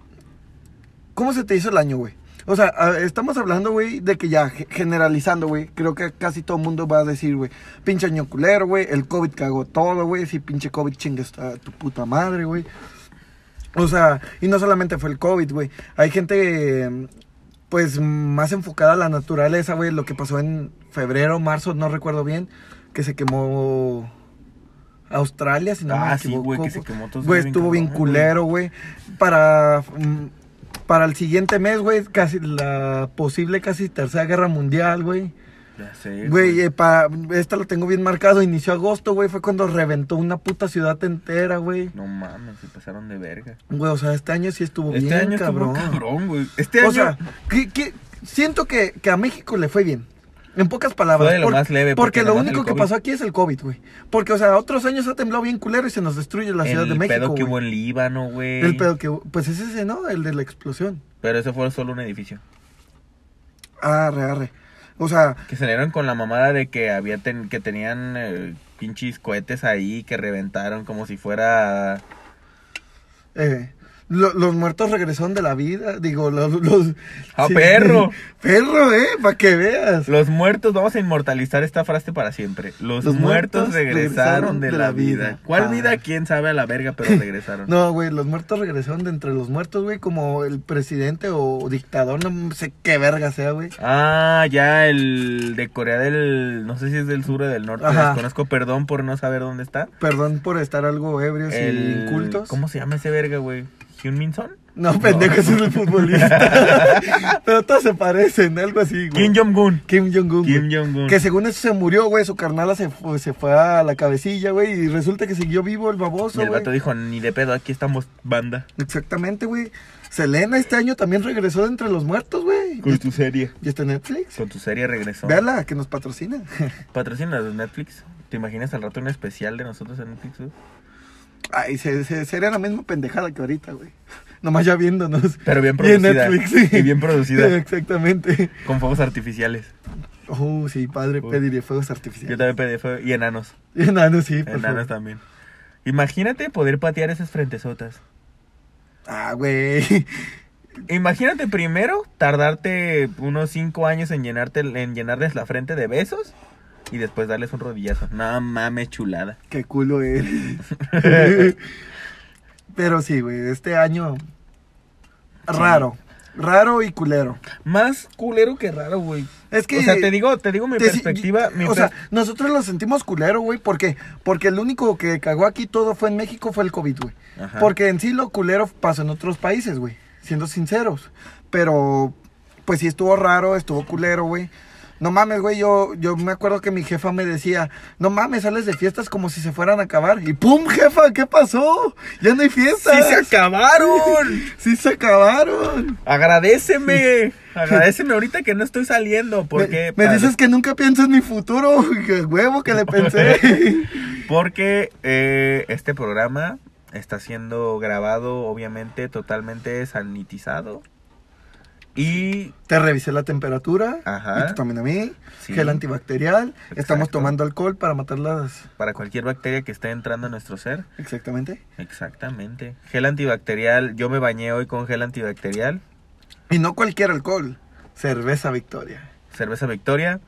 Speaker 2: ¿cómo se te hizo el año, güey? O sea, a- estamos hablando, güey, de que ya ge- generalizando, güey. Creo que casi todo el mundo va a decir, güey, pinche año culero, güey. El COVID cagó todo, güey. Si pinche COVID chingas a tu puta madre, güey. O sea, y no solamente fue el COVID, güey. Hay gente, eh, pues, más enfocada a la naturaleza, güey. Lo que pasó en febrero, marzo, no recuerdo bien, que se quemó Australia, si no me
Speaker 1: Ah, sí,
Speaker 2: equivoco.
Speaker 1: güey, que se quemó todo,
Speaker 2: Güey,
Speaker 1: estuvo bien
Speaker 2: estuvo bien
Speaker 1: cabrón, güey.
Speaker 2: culero, güey. Para, mm, para el siguiente mes, güey, casi la posible casi tercera guerra mundial, güey.
Speaker 1: Ya sé,
Speaker 2: Güey, eh, pa- esta lo tengo bien marcado. Inició agosto, güey. Fue cuando reventó una puta ciudad entera, güey.
Speaker 1: No mames, se pasaron de verga.
Speaker 2: Güey, o sea, este año sí estuvo
Speaker 1: Este
Speaker 2: bien,
Speaker 1: año
Speaker 2: cabrón.
Speaker 1: cabrón. cabrón, güey. Este año
Speaker 2: O sea, que- que- siento que, que a México le fue bien. En pocas palabras.
Speaker 1: Fue de lo más leve, porque
Speaker 2: Porque, lo
Speaker 1: nada más
Speaker 2: único
Speaker 1: el
Speaker 2: que
Speaker 1: COVID.
Speaker 2: pasó aquí es el COVID, güey. Porque, o sea, otros años ha temblado bien culero y se nos destruye la Ciudad
Speaker 1: el
Speaker 2: de México.
Speaker 1: pedo que
Speaker 2: güey.
Speaker 1: hubo en Líbano, güey.
Speaker 2: El pedo que hubo- Pues es ese, ¿no? El de la explosión.
Speaker 1: Pero ese fue solo un edificio.
Speaker 2: Arre, arre. O sea,
Speaker 1: Que salieron con la mamada de que había ten- que tenían eh, pinches cohetes ahí que reventaron como si fuera
Speaker 2: eh, lo- los muertos regresaron de la vida. Digo, los. los
Speaker 1: ¡Ah, perro!
Speaker 2: Perro, ¿eh? Para que veas.
Speaker 1: los muertos. Vamos a inmortalizar esta frase para siempre. Los,
Speaker 2: Los
Speaker 1: muertos,
Speaker 2: muertos
Speaker 1: regresaron de la vida. ¿Cuál
Speaker 2: Ah.
Speaker 1: vida? Quién sabe a la verga, pero regresaron.
Speaker 2: No, güey, los muertos regresaron de entre los muertos, güey, como el presidente o dictador, no sé qué verga sea, güey.
Speaker 1: Ah, ya el de Corea del, no sé si es del sur o del norte,
Speaker 2: Ajá.
Speaker 1: desconozco. Perdón por no saber dónde está.
Speaker 2: Perdón por estar algo ebrios y
Speaker 1: el,
Speaker 2: incultos.
Speaker 1: ¿Cómo se llama ese verga, güey? ¿Hyun Min Son?
Speaker 2: No, pendejo, ese es el futbolista. Pero todos se parecen, algo así, güey.
Speaker 1: Kim Jong-un.
Speaker 2: Kim Jong-un. güey.
Speaker 1: Kim Jong-un.
Speaker 2: Que según eso se murió, güey, su carnala se fue, se fue a la cabecilla, güey, y resulta que siguió vivo el baboso,
Speaker 1: Y el
Speaker 2: güey.
Speaker 1: vato dijo, ni de pedo, aquí estamos banda.
Speaker 2: Exactamente, güey. Selena este año también regresó de entre los muertos, güey.
Speaker 1: Con tu serie.
Speaker 2: Y está en Netflix.
Speaker 1: Con tu serie regresó.
Speaker 2: Véala, que nos patrocina.
Speaker 1: Patrocina de Netflix. ¿Te imaginas al rato un especial de nosotros en Netflix? güey?
Speaker 2: Ay, se, se- sería la misma pendejada que ahorita, güey. Nomás ya viéndonos.
Speaker 1: Pero bien
Speaker 2: Y en
Speaker 1: producida.
Speaker 2: Netflix, sí.
Speaker 1: Y bien producida.
Speaker 2: Exactamente.
Speaker 1: con fuegos artificiales.
Speaker 2: Oh, sí, padre,
Speaker 1: Uy.
Speaker 2: pediría fuegos
Speaker 1: Yo
Speaker 2: artificiales.
Speaker 1: también pedí fuego. Y enanos.
Speaker 2: Enano, sí, por
Speaker 1: Enanos
Speaker 2: favor.
Speaker 1: también. Imagínate poder patear esas frentesotas.
Speaker 2: Ah, güey.
Speaker 1: Imagínate primero tardarte unos 5 años en llenarte en llenarles la frente de besos y después darles un rodillazo. No mames, chulada.
Speaker 2: Qué culo eres. Pero sí, güey, este año. Raro. Raro y culero.
Speaker 1: Más culero que raro, güey.
Speaker 2: Es que.
Speaker 1: o sea, te digo, te digo mi
Speaker 2: te si-
Speaker 1: perspectiva, mi
Speaker 2: o sea,
Speaker 1: pers-
Speaker 2: nosotros lo sentimos culero, güey. ¿Por qué? Porque el único que cagó aquí todo fue en México fue el COVID, güey.
Speaker 1: Ajá.
Speaker 2: Porque en sí lo culero pasó en otros países, güey. Siendo sinceros. Pero, pues sí estuvo raro, estuvo culero, güey. No mames, güey, yo, yo me acuerdo que mi jefa me decía, no mames, sales de fiestas como si se fueran a acabar. Y pum, jefa, ¿qué pasó? Ya no hay fiestas.
Speaker 1: ¡Sí se acabaron!
Speaker 2: Sí se acabaron.
Speaker 1: ¡Agradéceme! Agradéceme ahorita que no estoy saliendo. Porque.
Speaker 2: Me, me dices que nunca pienso en mi futuro. ¡Qué huevo que le pensé!
Speaker 1: Porque eh, este programa está siendo grabado, obviamente, totalmente sanitizado. Y
Speaker 2: Te revisé la temperatura.
Speaker 1: Ajá.
Speaker 2: Y tú también a mí.
Speaker 1: Sí.
Speaker 2: Gel antibacterial. Estamos
Speaker 1: Exacto.
Speaker 2: tomando alcohol para matar las...
Speaker 1: para cualquier bacteria que esté entrando a nuestro ser.
Speaker 2: Exactamente.
Speaker 1: Exactamente. Gel antibacterial. Yo me bañé hoy con gel antibacterial.
Speaker 2: Y no cualquier alcohol. Cerveza Victoria.
Speaker 1: Cerveza Victoria.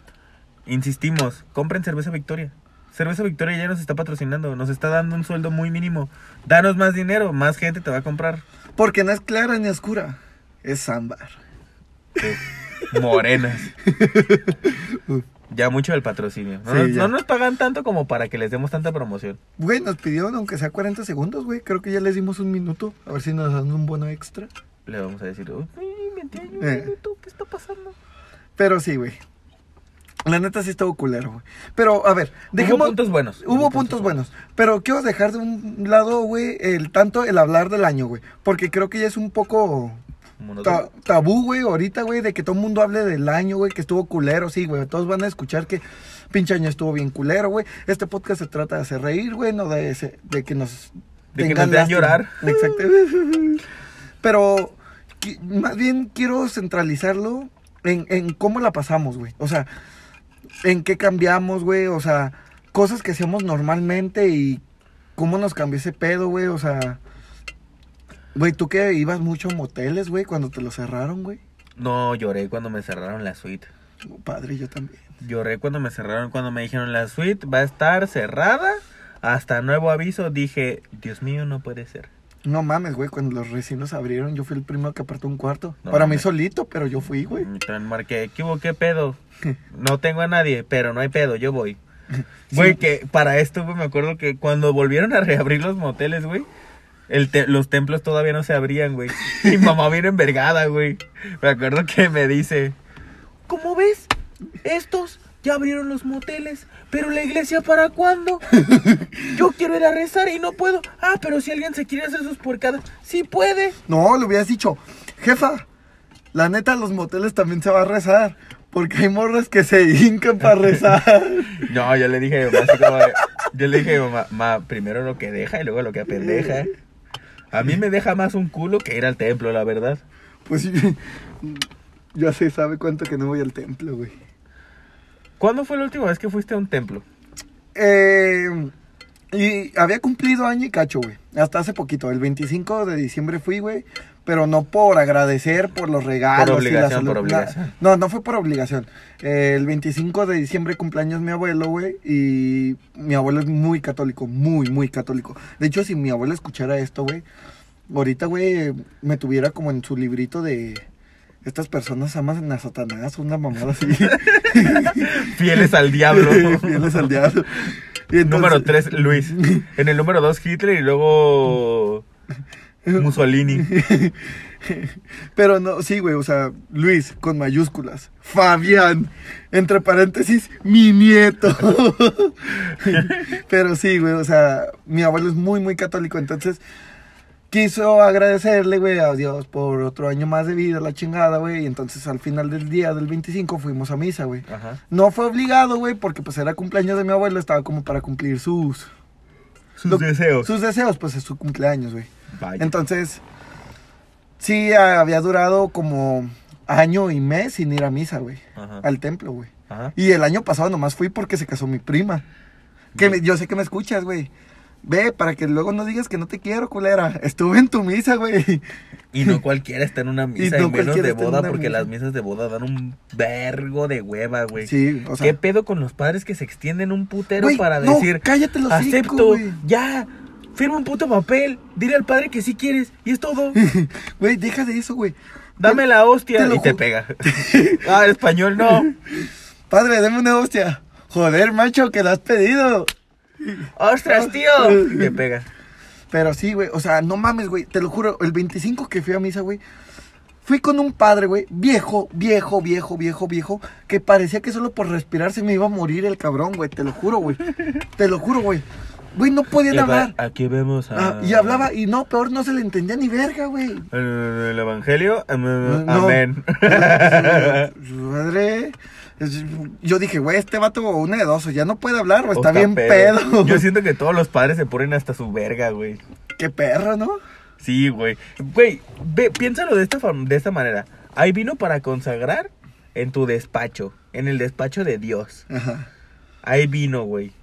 Speaker 1: Insistimos, compren Cerveza Victoria. Cerveza Victoria ya nos está patrocinando, nos está dando un sueldo muy mínimo. Danos más dinero, más gente te va a comprar.
Speaker 2: Porque no es clara ni oscura. Es ámbar.
Speaker 1: Morenas. Ya mucho del patrocinio. No,
Speaker 2: Sí,
Speaker 1: nos-
Speaker 2: ya.
Speaker 1: no nos pagan tanto como para que les demos tanta promoción.
Speaker 2: Güey, nos pidieron aunque sea 40 segundos, güey. Creo que ya les dimos un minuto. A ver si nos dan un bono extra.
Speaker 1: Le vamos a decir, uy, mentí un
Speaker 2: Eh.
Speaker 1: minuto, ¿qué está pasando?
Speaker 2: Pero sí, güey. La neta sí estuvo culero, güey. Pero, a ver,
Speaker 1: Hubo
Speaker 2: dejemos...
Speaker 1: puntos buenos.
Speaker 2: Hubo puntos, buenos, pero quiero dejar de un lado, güey, el tanto el hablar del año, güey, porque creo que ya es un poco
Speaker 1: Monótono.
Speaker 2: ta- tabú, güey, ahorita, güey, de que todo el mundo hable del año, güey, que estuvo culero, sí, güey, todos van a escuchar que pinche año estuvo bien culero, güey. Este podcast se trata de hacer reír, güey, no de, ese- de que nos
Speaker 1: De que
Speaker 2: tengan
Speaker 1: nos vean
Speaker 2: lástima.
Speaker 1: llorar.
Speaker 2: Exacto. Pero qui- más bien quiero centralizarlo en, en cómo la pasamos, güey. O sea, en qué cambiamos, güey. O sea, cosas que hacemos normalmente y cómo nos cambió ese pedo, güey. O sea, güey, tú que ibas mucho a moteles, güey, cuando te lo cerraron, güey.
Speaker 1: No, lloré cuando me cerraron la suite.
Speaker 2: Oh, Padre, yo también.
Speaker 1: Lloré cuando me cerraron, cuando me dijeron la suite va a estar cerrada hasta nuevo aviso. Dije, Dios mío, no puede ser.
Speaker 2: No mames, güey, cuando los vecinos abrieron, yo fui el primero que apartó un cuarto.
Speaker 1: No
Speaker 2: Para mí
Speaker 1: mames.
Speaker 2: solito, pero yo fui, güey.
Speaker 1: Entonces Mm, marqué, ¿qué hubo? ¿Qué pedo? No tengo a nadie, pero no hay pedo, yo voy. Güey, que para esto, güey, me acuerdo que cuando volvieron a reabrir los moteles, güey, el te- los templos todavía no se abrían, güey. Mi mamá viene envergada, güey. Me acuerdo que me dice, ¿cómo ves? Estos ya abrieron los moteles, pero la iglesia para cuándo? Yo quiero ir a rezar y no puedo. Ah, pero si alguien se quiere hacer sus puercadas, sí puede.
Speaker 2: No, le hubieras dicho, jefa, la neta, los moteles también se va a rezar. Porque hay morras que se hincan para rezar.
Speaker 1: No, yo le dije a mi mamá así como de- Yo le dije a mi mamá, "Ma, primero lo que deja y luego lo que apendeja. A mí me deja más un culo que ir al templo, la verdad.
Speaker 2: Pues yo- ya se sabe cuánto que no voy al templo, güey.
Speaker 1: ¿Cuándo fue la última vez que fuiste a un templo?
Speaker 2: Eh, y había cumplido año y cacho, güey. Hasta hace poquito, el 25 de diciembre fui, güey. Pero no por agradecer por los regalos.
Speaker 1: Por obligación,
Speaker 2: y la salud.
Speaker 1: por obligación.
Speaker 2: No, no fue por obligación. Eh, el 25 de diciembre cumpleaños mi abuelo, güey. Y mi abuelo es muy católico, muy, muy católico. De hecho, si mi abuelo escuchara esto, güey, ahorita, güey, me tuviera como en su librito de... Estas personas aman a Satanás, una mamada así.
Speaker 1: Fieles al diablo.
Speaker 2: Fieles al diablo. Y
Speaker 1: número
Speaker 2: entonces-
Speaker 1: 3, Luis. En el número 2, Hitler y luego Mussolini.
Speaker 2: Pero no, sí, güey, o sea, Luis con mayúsculas. Fabián, entre paréntesis, mi nieto. Pero sí, güey, o sea, mi abuelo es muy, muy católico, entonces quiso agradecerle, güey, a Dios por otro año más de vida, la chingada, güey. Y entonces al final del día del 25 fuimos a misa, güey.
Speaker 1: Ajá.
Speaker 2: No fue obligado, güey, porque pues era cumpleaños de mi abuelo, estaba como para cumplir sus...
Speaker 1: Sus
Speaker 2: Lo-
Speaker 1: deseos.
Speaker 2: Sus deseos, pues es su cumpleaños, güey.
Speaker 1: Vaya.
Speaker 2: Entonces, sí a- había durado como año y mes sin ir a misa, güey.
Speaker 1: Ajá.
Speaker 2: Al templo, güey.
Speaker 1: Ajá.
Speaker 2: Y el año pasado nomás fui porque se casó mi prima. Que me- yo sé que me escuchas, güey. Ve, para que luego no digas que no te quiero, culera. Estuve en tu misa, güey.
Speaker 1: Y no cualquiera está en una misa,
Speaker 2: Y
Speaker 1: y,
Speaker 2: no
Speaker 1: menos
Speaker 2: cualquiera
Speaker 1: de
Speaker 2: está en
Speaker 1: boda,
Speaker 2: una
Speaker 1: porque
Speaker 2: misa.
Speaker 1: las misas de boda dan un vergo de hueva, güey.
Speaker 2: Sí, o sea.
Speaker 1: ¿Qué pedo con los padres que se extienden un putero
Speaker 2: güey,
Speaker 1: para
Speaker 2: no,
Speaker 1: decir,
Speaker 2: cállate los
Speaker 1: acepto, ya, firma un puto papel, dile al padre que sí quieres, y es todo,
Speaker 2: Güey, deja de eso, güey.
Speaker 1: dame la hostia,
Speaker 2: Te lo
Speaker 1: y te
Speaker 2: ju-
Speaker 1: pega. ah, en español no.
Speaker 2: Padre, deme una hostia. Joder, macho, que lo has pedido.
Speaker 1: ¡Ostras, tío! Y te pega.
Speaker 2: Pero sí, güey, o sea, no mames, güey, te lo juro, el 25 que fui a misa, güey, Fui con un padre, güey, viejo, viejo, viejo, viejo, viejo, que parecía que solo por respirar se me iba a morir el cabrón, güey, te lo juro, güey. Te lo juro, güey. Güey, no podían
Speaker 1: Le va-
Speaker 2: hablar.
Speaker 1: Aquí vemos a...
Speaker 2: Ah, y hablaba, y no, peor no se le entendía ni verga, güey.
Speaker 1: El, el evangelio, am-
Speaker 2: No. Pues
Speaker 1: amén.
Speaker 2: Madre. Yo dije, güey, este vato, una de dos, o ya no puede hablar, o está bien pedo.
Speaker 1: Yo siento que todos los padres se ponen hasta su verga, güey.
Speaker 2: Qué perro, ¿no?
Speaker 1: Sí, güey. Güey, ve, piénsalo de esta, forma- de esta manera. Hay vino para consagrar en tu despacho, en el despacho de Dios.
Speaker 2: Ajá.
Speaker 1: Hay vino, güey.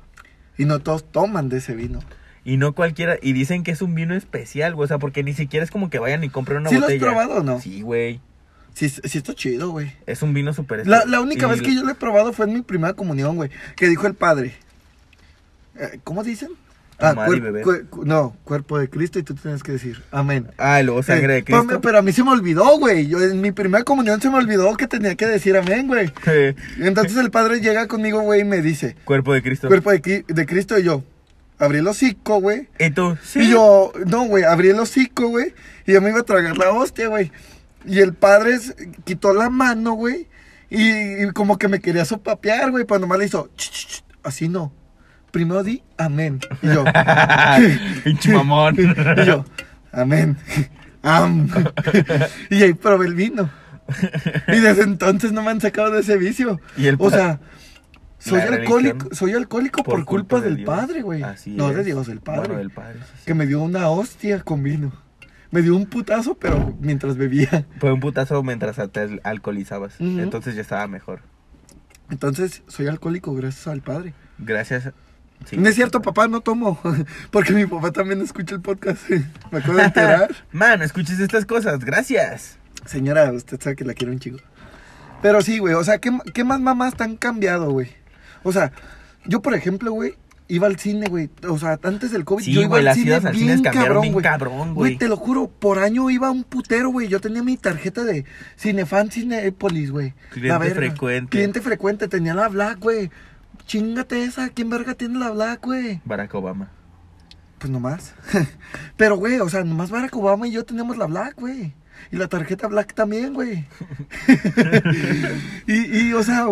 Speaker 2: Y no todos toman de ese vino.
Speaker 1: Y no cualquiera. Y dicen que es un vino especial, güey. O sea, porque ni siquiera es como que vayan y compren una
Speaker 2: ¿Sí lo has
Speaker 1: botella.
Speaker 2: probado o no?
Speaker 1: Sí, güey.
Speaker 2: Sí, sí está chido, güey.
Speaker 1: Es un vino súper
Speaker 2: La,
Speaker 1: especial.
Speaker 2: la
Speaker 1: Este,
Speaker 2: única
Speaker 1: Y-
Speaker 2: vez que yo lo he probado fue en mi primera comunión, güey. Que dijo el padre. eh, ¿Cómo dicen? Ah,
Speaker 1: Tomar y beber.
Speaker 2: cu- no, cuerpo de Cristo y tú tienes que decir, amén.
Speaker 1: Ah, y luego sangre
Speaker 2: Eh,
Speaker 1: de Cristo.
Speaker 2: pero, pero a mí se me olvidó, güey. Yo, en mi primera comunión se me olvidó que tenía que decir amén, güey.
Speaker 1: Eh,
Speaker 2: Entonces el padre llega conmigo, güey, y me dice,
Speaker 1: Cuerpo de Cristo.
Speaker 2: cuerpo de, Cri- de Cristo, y yo, abrí el hocico, güey.
Speaker 1: Y tú, sí.
Speaker 2: Y yo, no, güey, abrí el hocico, güey, y yo me iba a tragar la hostia, güey. Y el padre s- quitó la mano, güey, y, y como que me quería sopapear, güey, pero nomás le hizo, "Ch, ch, ch", así no. Primero di amén. Y yo,
Speaker 1: Pinche mamón.
Speaker 2: y yo, amén. Am. y ahí probé el vino. Y desde entonces no me han sacado de ese vicio.
Speaker 1: Y el pa-
Speaker 2: o sea, soy
Speaker 1: La
Speaker 2: alcohólico,
Speaker 1: religión.
Speaker 2: soy alcohólico por, culpa,
Speaker 1: de
Speaker 2: del
Speaker 1: Dios.
Speaker 2: padre, güey.
Speaker 1: Así
Speaker 2: No de
Speaker 1: es.
Speaker 2: Dios, del padre.
Speaker 1: Bueno, del padre. sí, sí.
Speaker 2: Que me dio una hostia con vino. Me dio un putazo, pero mientras bebía.
Speaker 1: Fue un putazo mientras te al- alcoholizabas.
Speaker 2: Ujú.
Speaker 1: Entonces ya estaba mejor.
Speaker 2: Entonces, soy alcohólico gracias al padre.
Speaker 1: Gracias. sí.
Speaker 2: No es cierto, papá, no tomo. Porque mi papá también escucha el podcast. Me acabo de enterar.
Speaker 1: Man, escuches estas cosas. Gracias.
Speaker 2: Señora, usted sabe que la quiero un chico. Pero sí, güey, o sea, ¿qué, qué más mamás tan cambiado, güey? O sea, yo, por ejemplo, güey, iba al cine, güey. O sea, antes del COVID,
Speaker 1: Sí,
Speaker 2: yo iba
Speaker 1: güey,
Speaker 2: al
Speaker 1: las
Speaker 2: cine
Speaker 1: idas al
Speaker 2: bien
Speaker 1: cine cambiaron
Speaker 2: cabrón,
Speaker 1: bien
Speaker 2: güey.
Speaker 1: cabrón, güey.
Speaker 2: Güey, te lo juro, por año iba un putero, güey. Yo tenía mi tarjeta de Cinefan Cinepolis, güey.
Speaker 1: Cliente
Speaker 2: La verga.
Speaker 1: frecuente.
Speaker 2: Cliente frecuente, tenía la Black, güey. Chingate esa, ¿quién verga tiene la Black, güey?
Speaker 1: Barack Obama.
Speaker 2: Pues nomás. Pero, güey, o sea, nomás Barack Obama y yo tenemos la Black, güey. Y la tarjeta Black también, güey. y, y, o sea,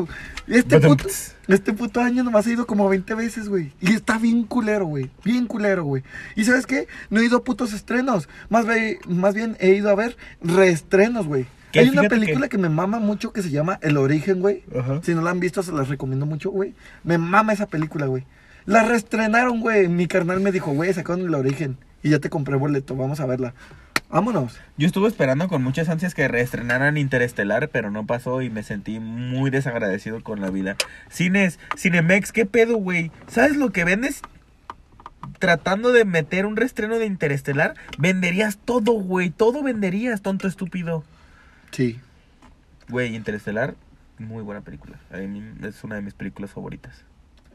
Speaker 2: este
Speaker 1: Badum,
Speaker 2: puto,
Speaker 1: ts.
Speaker 2: este puto año nomás he ido como 20 veces, güey. Y está bien culero, güey. Bien culero, güey. Y ¿sabes qué? No he ido a putos estrenos. Más, ve- más bien he ido a ver reestrenos, güey.
Speaker 1: Que
Speaker 2: Hay una
Speaker 1: fíjate
Speaker 2: película que me mama mucho que se llama El Origen, güey.
Speaker 1: Ajá.
Speaker 2: Si no la han visto, se las recomiendo mucho, güey. Me mama esa película, güey. La reestrenaron, güey. Mi carnal me dijo, güey, sacaron el origen. Y ya te compré boleto, vamos a verla. Vámonos.
Speaker 1: Yo estuve esperando con muchas ansias que reestrenaran Interestelar, pero no pasó y me sentí muy desagradecido con la vida. Cines, Cinemex, ¿qué pedo, güey? ¿Sabes lo que vendes? Tratando de meter un reestreno de Interestelar, venderías todo, güey. Todo venderías, tonto estúpido.
Speaker 2: Sí.
Speaker 1: Güey, Interestelar, muy buena película. A mí es una de mis películas favoritas.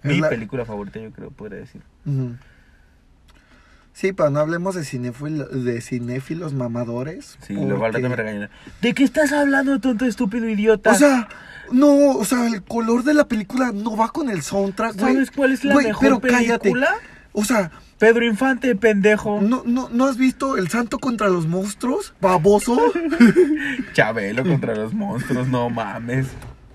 Speaker 2: Es
Speaker 1: Mi
Speaker 2: la-
Speaker 1: película favorita, yo creo, podría decir.
Speaker 2: Ujú. Sí, pero no hablemos de, cinéfilo- de cinéfilos mamadores.
Speaker 1: Sí, luego al rato
Speaker 2: porque-
Speaker 1: me regañan. ¿De qué estás hablando, tonto estúpido idiota?
Speaker 2: O sea, no, o sea, el color de la película no va con el soundtrack, güey.
Speaker 1: ¿sabes cuál es la
Speaker 2: Güey,
Speaker 1: mejor
Speaker 2: pero
Speaker 1: película?
Speaker 2: cállate. O sea,
Speaker 1: Pedro Infante, pendejo.
Speaker 2: ¿no, no, ¿no has visto El Santo contra los Monstruos? Baboso.
Speaker 1: Chabelo contra los monstruos, no mames.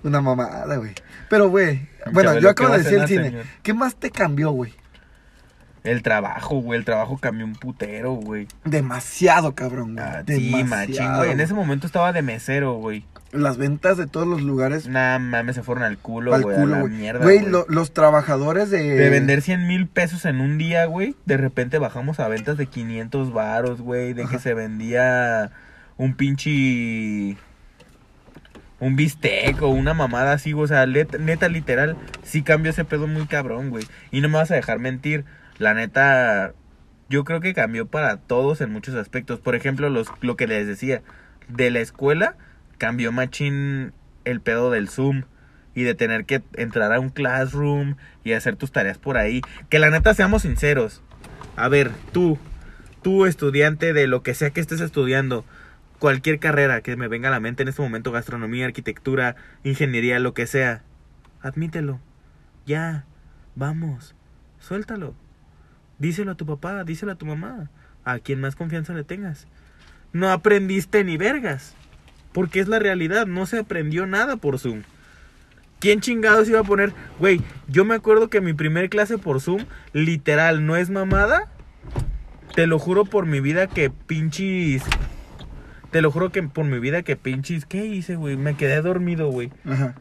Speaker 2: Una mamada, güey. Pero, güey, bueno,
Speaker 1: Chabelo,
Speaker 2: yo
Speaker 1: ¿qué
Speaker 2: acabo
Speaker 1: va a
Speaker 2: de decir el
Speaker 1: cenar,
Speaker 2: cine.
Speaker 1: señor?
Speaker 2: ¿Qué más te cambió, güey?
Speaker 1: El trabajo, güey, el trabajo cambió un putero, güey.
Speaker 2: Demasiado, cabrón, güey.
Speaker 1: Ah, sí,
Speaker 2: Demasiado.
Speaker 1: machín, güey. En ese momento estaba de mesero, güey.
Speaker 2: Las ventas de todos los lugares
Speaker 1: Nah, mames, se fueron al culo,
Speaker 2: al
Speaker 1: güey. A
Speaker 2: culo,
Speaker 1: la
Speaker 2: güey.
Speaker 1: mierda,
Speaker 2: Güey,
Speaker 1: güey.
Speaker 2: lo- los trabajadores de...
Speaker 1: De vender 100 mil pesos en un día, güey. De repente bajamos a ventas de 500 varos, güey. De que
Speaker 2: Ajá.
Speaker 1: se vendía un pinche... Un bistec o una mamada así, güey. O sea, let- neta, literal, sí cambió ese pedo muy cabrón, güey. Y no me vas a dejar mentir. La neta, yo creo que cambió para todos en muchos aspectos. Por ejemplo, los, lo que les decía. De la escuela, cambió machín el pedo del Zoom y de tener que entrar a un classroom y hacer tus tareas por ahí. Que la neta, seamos sinceros. A ver, tú, tú estudiante de lo que sea que estés estudiando, cualquier carrera que me venga a la mente en este momento, gastronomía, arquitectura, ingeniería, lo que sea, admítelo. Ya, vamos, suéltalo. Díselo a tu papá, díselo a tu mamá, a quien más confianza le tengas. No aprendiste ni vergas. Porque es la realidad, no se aprendió nada por Zoom. ¿Quién chingados iba a poner? Güey, yo me acuerdo que mi primer clase por Zoom, literal, no es mamada. Te lo juro por mi vida que pinches. Te lo juro que por mi vida que pinches. ¿Qué hice, güey? Me quedé dormido, güey.
Speaker 2: Ajá.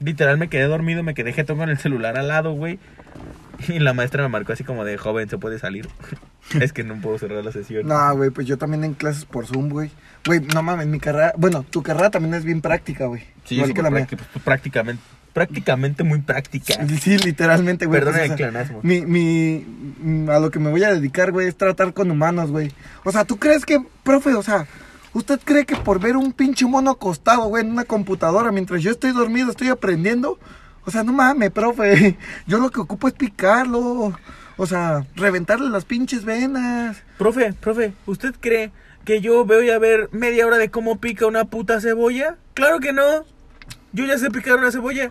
Speaker 1: Literal, me quedé dormido, me quedé jetón con el celular al lado, güey. Y la maestra me marcó así como de joven, se puede salir. es que no puedo cerrar la sesión.
Speaker 2: No, güey, pues yo también en clases por Zoom, güey. Güey, no mames, mi carrera. Bueno, tu carrera también es bien práctica, güey.
Speaker 1: sí,
Speaker 2: Igual
Speaker 1: sí,
Speaker 2: que la mía.
Speaker 1: prácti- pues, prácticamente, prácticamente muy práctica.
Speaker 2: Sí, literalmente, güey.
Speaker 1: Perdón
Speaker 2: pues,
Speaker 1: el
Speaker 2: o sea,
Speaker 1: clanasmo.
Speaker 2: mi, mi, mm, a lo que me voy a dedicar, güey, es tratar con humanos, güey. O sea, ¿tú crees que, profe, o sea, usted cree que por ver un pinche mono acostado, güey, en una computadora mientras yo estoy dormido, estoy aprendiendo? O sea, no mames, profe. Yo lo que ocupo es picarlo. O sea, reventarle las pinches venas.
Speaker 1: Profe, profe, ¿usted cree que yo voy a ver media hora de cómo pica una puta cebolla? Claro que no. Yo ya sé picar una cebolla.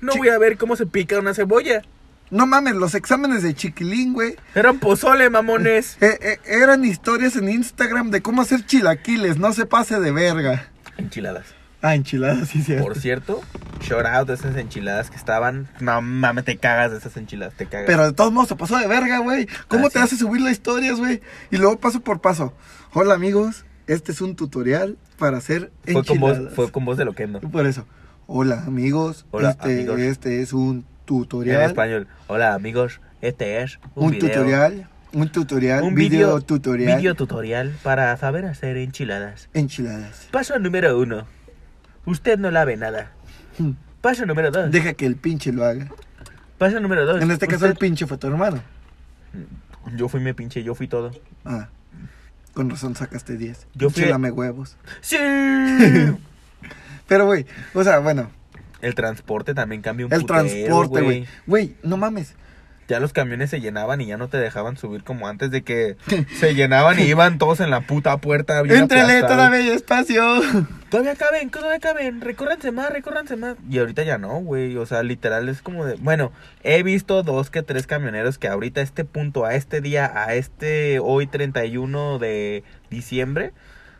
Speaker 1: No voy a ver cómo se pica una cebolla.
Speaker 2: No mames, los exámenes de chiquilín, güey.
Speaker 1: Eran pozole, mamones.
Speaker 2: eh, eh, eran historias en Instagram de cómo hacer chilaquiles. No se pase de verga.
Speaker 1: Enchiladas.
Speaker 2: Ah, enchiladas, sí, cierto.
Speaker 1: Por cierto, shout out a esas enchiladas que estaban. No mames, te cagas de esas enchiladas, te cagas.
Speaker 2: Pero de todos modos se pasó de verga, güey. ¿Cómo
Speaker 1: Ah,
Speaker 2: te
Speaker 1: sí.
Speaker 2: hace subir las historias, güey? Y luego paso por paso. Hola amigos, este es un tutorial para hacer
Speaker 1: fue, con
Speaker 2: enchiladas.
Speaker 1: voz, fue con voz de loquendo.
Speaker 2: Por eso. Hola amigos,
Speaker 1: Hola,
Speaker 2: este,
Speaker 1: amigos.
Speaker 2: este es un
Speaker 1: En
Speaker 2: tutorial.
Speaker 1: español. Hola, amigos. Este es un,
Speaker 2: Un,
Speaker 1: video.
Speaker 2: tutorial, un tutorial,
Speaker 1: Un
Speaker 2: video,
Speaker 1: video
Speaker 2: tutorial.
Speaker 1: Video tutorial para saber hacer enchiladas.
Speaker 2: Enchiladas.
Speaker 1: Paso número uno. Usted no lave nada.
Speaker 2: Hmm.
Speaker 1: Paso número dos.
Speaker 2: Deja que el pinche lo haga.
Speaker 1: Paso número dos.
Speaker 2: En este caso el
Speaker 1: Usted-
Speaker 2: pinche fue tu hermano.
Speaker 1: Yo fui, me pinche, yo fui todo.
Speaker 2: Ah. Con razón sacaste 10.
Speaker 1: Yo
Speaker 2: Yo
Speaker 1: fui-
Speaker 2: huevos.
Speaker 1: ¡Sí!
Speaker 2: Pero güey, o sea, bueno,
Speaker 1: el transporte también cambia un
Speaker 2: el
Speaker 1: putero,
Speaker 2: transporte, güey. Güey, no mames.
Speaker 1: Ya los camiones se llenaban y ya no te dejaban subir como antes de que se llenaban y iban todos en la puta puerta. bien
Speaker 2: Éntrale,
Speaker 1: aplastados.
Speaker 2: todavía hay espacio.
Speaker 1: Todavía caben, todavía caben, recórranse más, recórranse más. Y ahorita ya no, güey, o sea, literal es como de... Bueno, he visto dos que tres camioneros que ahorita a este punto, a este día, a este hoy 31 de diciembre,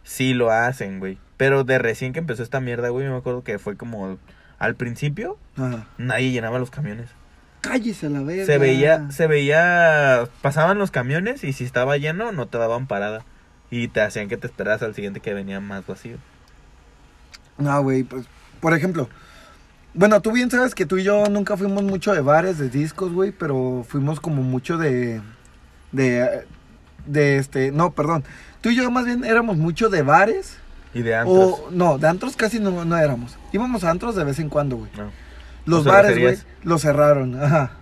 Speaker 1: sí lo hacen, güey. Pero de recién que empezó esta mierda, güey, me acuerdo que fue como... Al principio,
Speaker 2: Ah,
Speaker 1: nadie llenaba los camiones.
Speaker 2: cállese la verga.
Speaker 1: Se veía, se veía... Pasaban los camiones y si estaba lleno, no te daban parada. Y te hacían que te esperaras al siguiente que venía más vacío.
Speaker 2: No, güey, pues, por ejemplo. Bueno, tú bien sabes que tú y yo nunca fuimos mucho de bares, de discos, güey, pero fuimos como mucho de. de. eh, de este. No, perdón. Tú y yo más bien éramos mucho de bares.
Speaker 1: Y de antros.
Speaker 2: O, no, de antros casi no, no éramos. Íbamos a antros de vez en cuando, güey.
Speaker 1: No.
Speaker 2: Los
Speaker 1: Ah. O
Speaker 2: bares, güey,
Speaker 1: cervecerías.
Speaker 2: los cerraron. Ajá.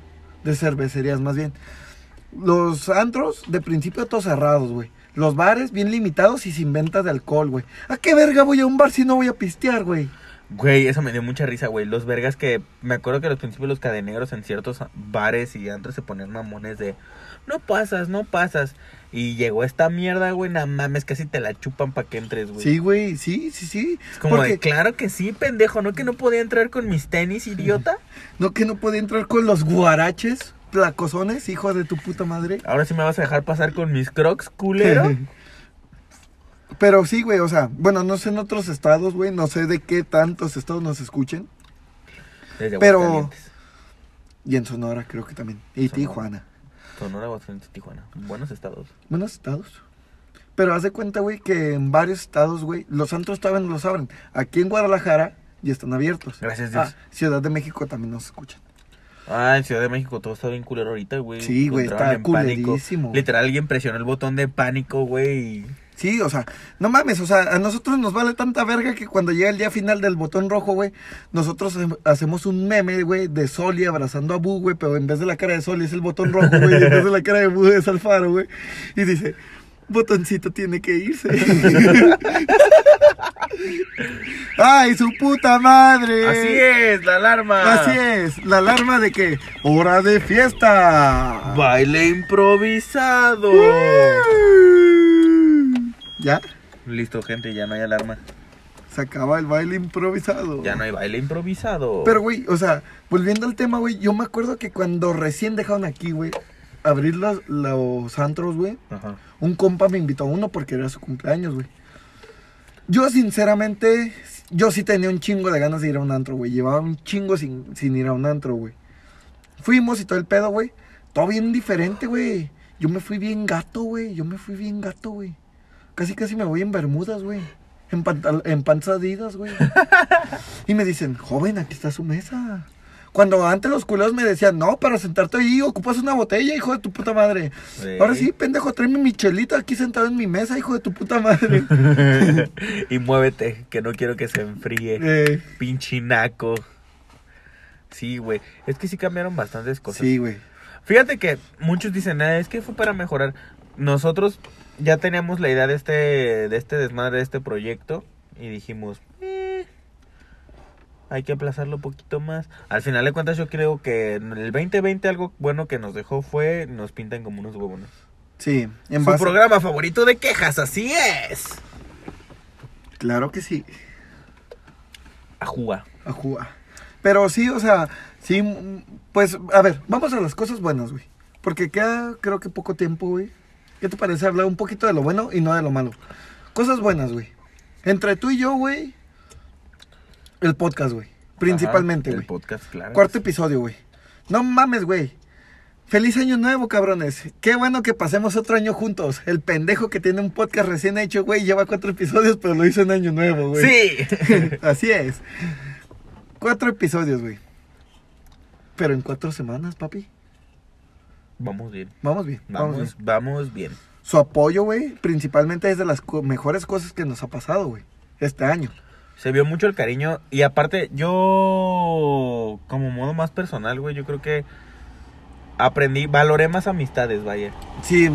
Speaker 2: De cervecerías, más bien. Los antros, de principio, todos cerrados, güey. Los bares, bien limitados y sin venta de alcohol, güey. ¿A qué verga voy a un bar si no voy a pistear, güey?
Speaker 1: Güey, eso me dio mucha risa, güey. Los vergas que. Me acuerdo que a los principios los cadenegros en ciertos bares y antros se ponían mamones de. No pasas, no pasas. Y llegó esta mierda, güey. No mames, casi te la chupan para que entres, güey.
Speaker 2: Sí, güey, sí, sí, sí.
Speaker 1: Es como
Speaker 2: Porque
Speaker 1: de, claro que sí, pendejo. ¿No que no podía entrar con mis tenis, idiota?
Speaker 2: no que no podía entrar con los guaraches, placosones, hijos de tu puta madre.
Speaker 1: Ahora sí me vas a dejar pasar con mis crocs, culero.
Speaker 2: Pero sí, güey, o sea, bueno, no sé en otros estados, güey, no sé de qué tantos estados nos escuchen.
Speaker 1: Desde
Speaker 2: Pero-
Speaker 1: Aguascalientes.
Speaker 2: Y en Sonora creo que también. Y
Speaker 1: Sonora.
Speaker 2: Tijuana.
Speaker 1: Sonora, Aguascalientes, Tijuana. Buenos estados.
Speaker 2: Buenos estados. Pero haz de cuenta, güey, que en varios estados, güey, los antros todavía no los abren. Aquí en Guadalajara ya están abiertos.
Speaker 1: Gracias, Dios.
Speaker 2: Ah, Ciudad de México también nos escuchan.
Speaker 1: Ah, en Ciudad de México todo está bien culero ahorita, güey.
Speaker 2: Sí, güey,
Speaker 1: Encontraron
Speaker 2: está culerísimo, güey.
Speaker 1: Literal, alguien presionó el botón de pánico, güey. y-
Speaker 2: Sí, o sea, no mames, o sea, a nosotros nos vale tanta verga que cuando llega el día final del botón rojo, güey, nosotros hem- hacemos un meme, güey, de Soli abrazando a Bu, güey, pero en vez de la cara de Soli es el botón rojo, güey, y en vez de la cara de Bu es Alfaro, güey. Y dice, botoncito tiene que irse. ¡Ay, su puta madre!
Speaker 1: Así es, la alarma.
Speaker 2: Así es, la alarma de que, hora de fiesta.
Speaker 1: Baile improvisado.
Speaker 2: ¿Ya?
Speaker 1: Listo, gente, ya no hay alarma.
Speaker 2: Se acaba el baile improvisado.
Speaker 1: Ya no hay baile improvisado.
Speaker 2: Pero, güey, o sea, volviendo al tema, güey, yo me acuerdo que cuando recién dejaron aquí, güey, abrir los, los antros, güey,
Speaker 1: Ajá.
Speaker 2: un compa me invitó a uno porque era su cumpleaños, güey. Yo, sinceramente, yo sí tenía un chingo de ganas de ir a un antro, güey. Llevaba un chingo sin, sin ir a un antro, güey. Fuimos y todo el pedo, güey. Todo bien diferente, güey. Yo me fui bien gato, güey. Yo me fui bien gato, güey. Casi, casi me voy en bermudas, güey. En, pantal- en panzadidas, güey. Y me dicen, joven, aquí está su mesa. Cuando antes los culeros me decían, no, para sentarte ahí ocupas una botella, hijo de tu puta madre.
Speaker 1: Sí.
Speaker 2: Ahora sí, pendejo, tráeme mi chelita aquí sentado en mi mesa, hijo de tu puta madre.
Speaker 1: y muévete, que no quiero que se enfríe.
Speaker 2: Eh,
Speaker 1: Pinche naco. Sí, güey. Es que sí cambiaron bastantes cosas.
Speaker 2: sí, güey.
Speaker 1: Fíjate que muchos dicen, "Ah, es que fue para mejorar. Nosotros ya teníamos la idea de este, de este desmadre, de este proyecto, y dijimos, "Eh, hay que aplazarlo un poquito más. Al final de cuentas, yo creo que en el 2020 algo bueno que nos dejó fue, nos pintan como unos huevones.
Speaker 2: Sí, en
Speaker 1: Su
Speaker 2: base-
Speaker 1: programa favorito de quejas, así es.
Speaker 2: Claro que sí.
Speaker 1: A jugar.
Speaker 2: a jugar. Pero sí, o sea, sí, mm, pues, a ver, vamos a las cosas buenas, güey. Porque queda, creo que poco tiempo, güey. ¿Qué te parece hablar un poquito de lo bueno y no de lo malo? Cosas buenas, güey. Entre tú y yo, güey, el podcast, güey. Principalmente,
Speaker 1: Ajá,
Speaker 2: güey.
Speaker 1: El podcast, claro.
Speaker 2: Cuarto episodio, güey. No mames, güey. Feliz año nuevo, cabrones. Qué bueno que pasemos otro año juntos. El pendejo que tiene un podcast recién hecho, güey, lleva cuatro episodios, pero lo hizo en año nuevo, güey.
Speaker 1: Sí.
Speaker 2: Así es. Cuatro episodios, güey. Pero en cuatro semanas, papi.
Speaker 1: vamos bien.
Speaker 2: Vamos bien. Vamos,
Speaker 1: Vamos,
Speaker 2: bien.
Speaker 1: vamos bien.
Speaker 2: Su apoyo, güey, principalmente es de las co- mejores cosas que nos ha pasado, güey. Este año.
Speaker 1: Se vio mucho el cariño. Y aparte, yo, como modo más personal, güey, yo creo que aprendí, valoré más amistades, vaya.
Speaker 2: Sí,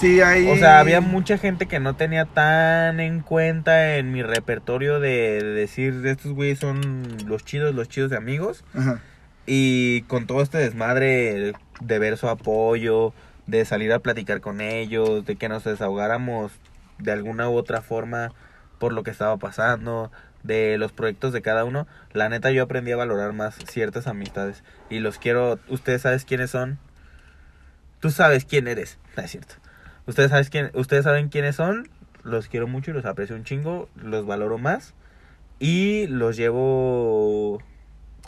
Speaker 2: sí, hay...
Speaker 1: O sea, había mucha gente que no tenía tan en cuenta en mi repertorio de, de decir, estos güeyes son los chidos, los chidos de amigos.
Speaker 2: Ajá.
Speaker 1: Y con todo este desmadre de ver su apoyo, de salir a platicar con ellos, de que nos desahogáramos de alguna u otra forma por lo que estaba pasando, de los proyectos de cada uno, la neta yo aprendí a valorar más ciertas amistades. Y los quiero, ustedes sabes quiénes son. Tú sabes quién eres, no es cierto. Ustedes, sabes quién, ustedes saben quiénes son, los quiero mucho y los aprecio un chingo, los valoro más y los llevo...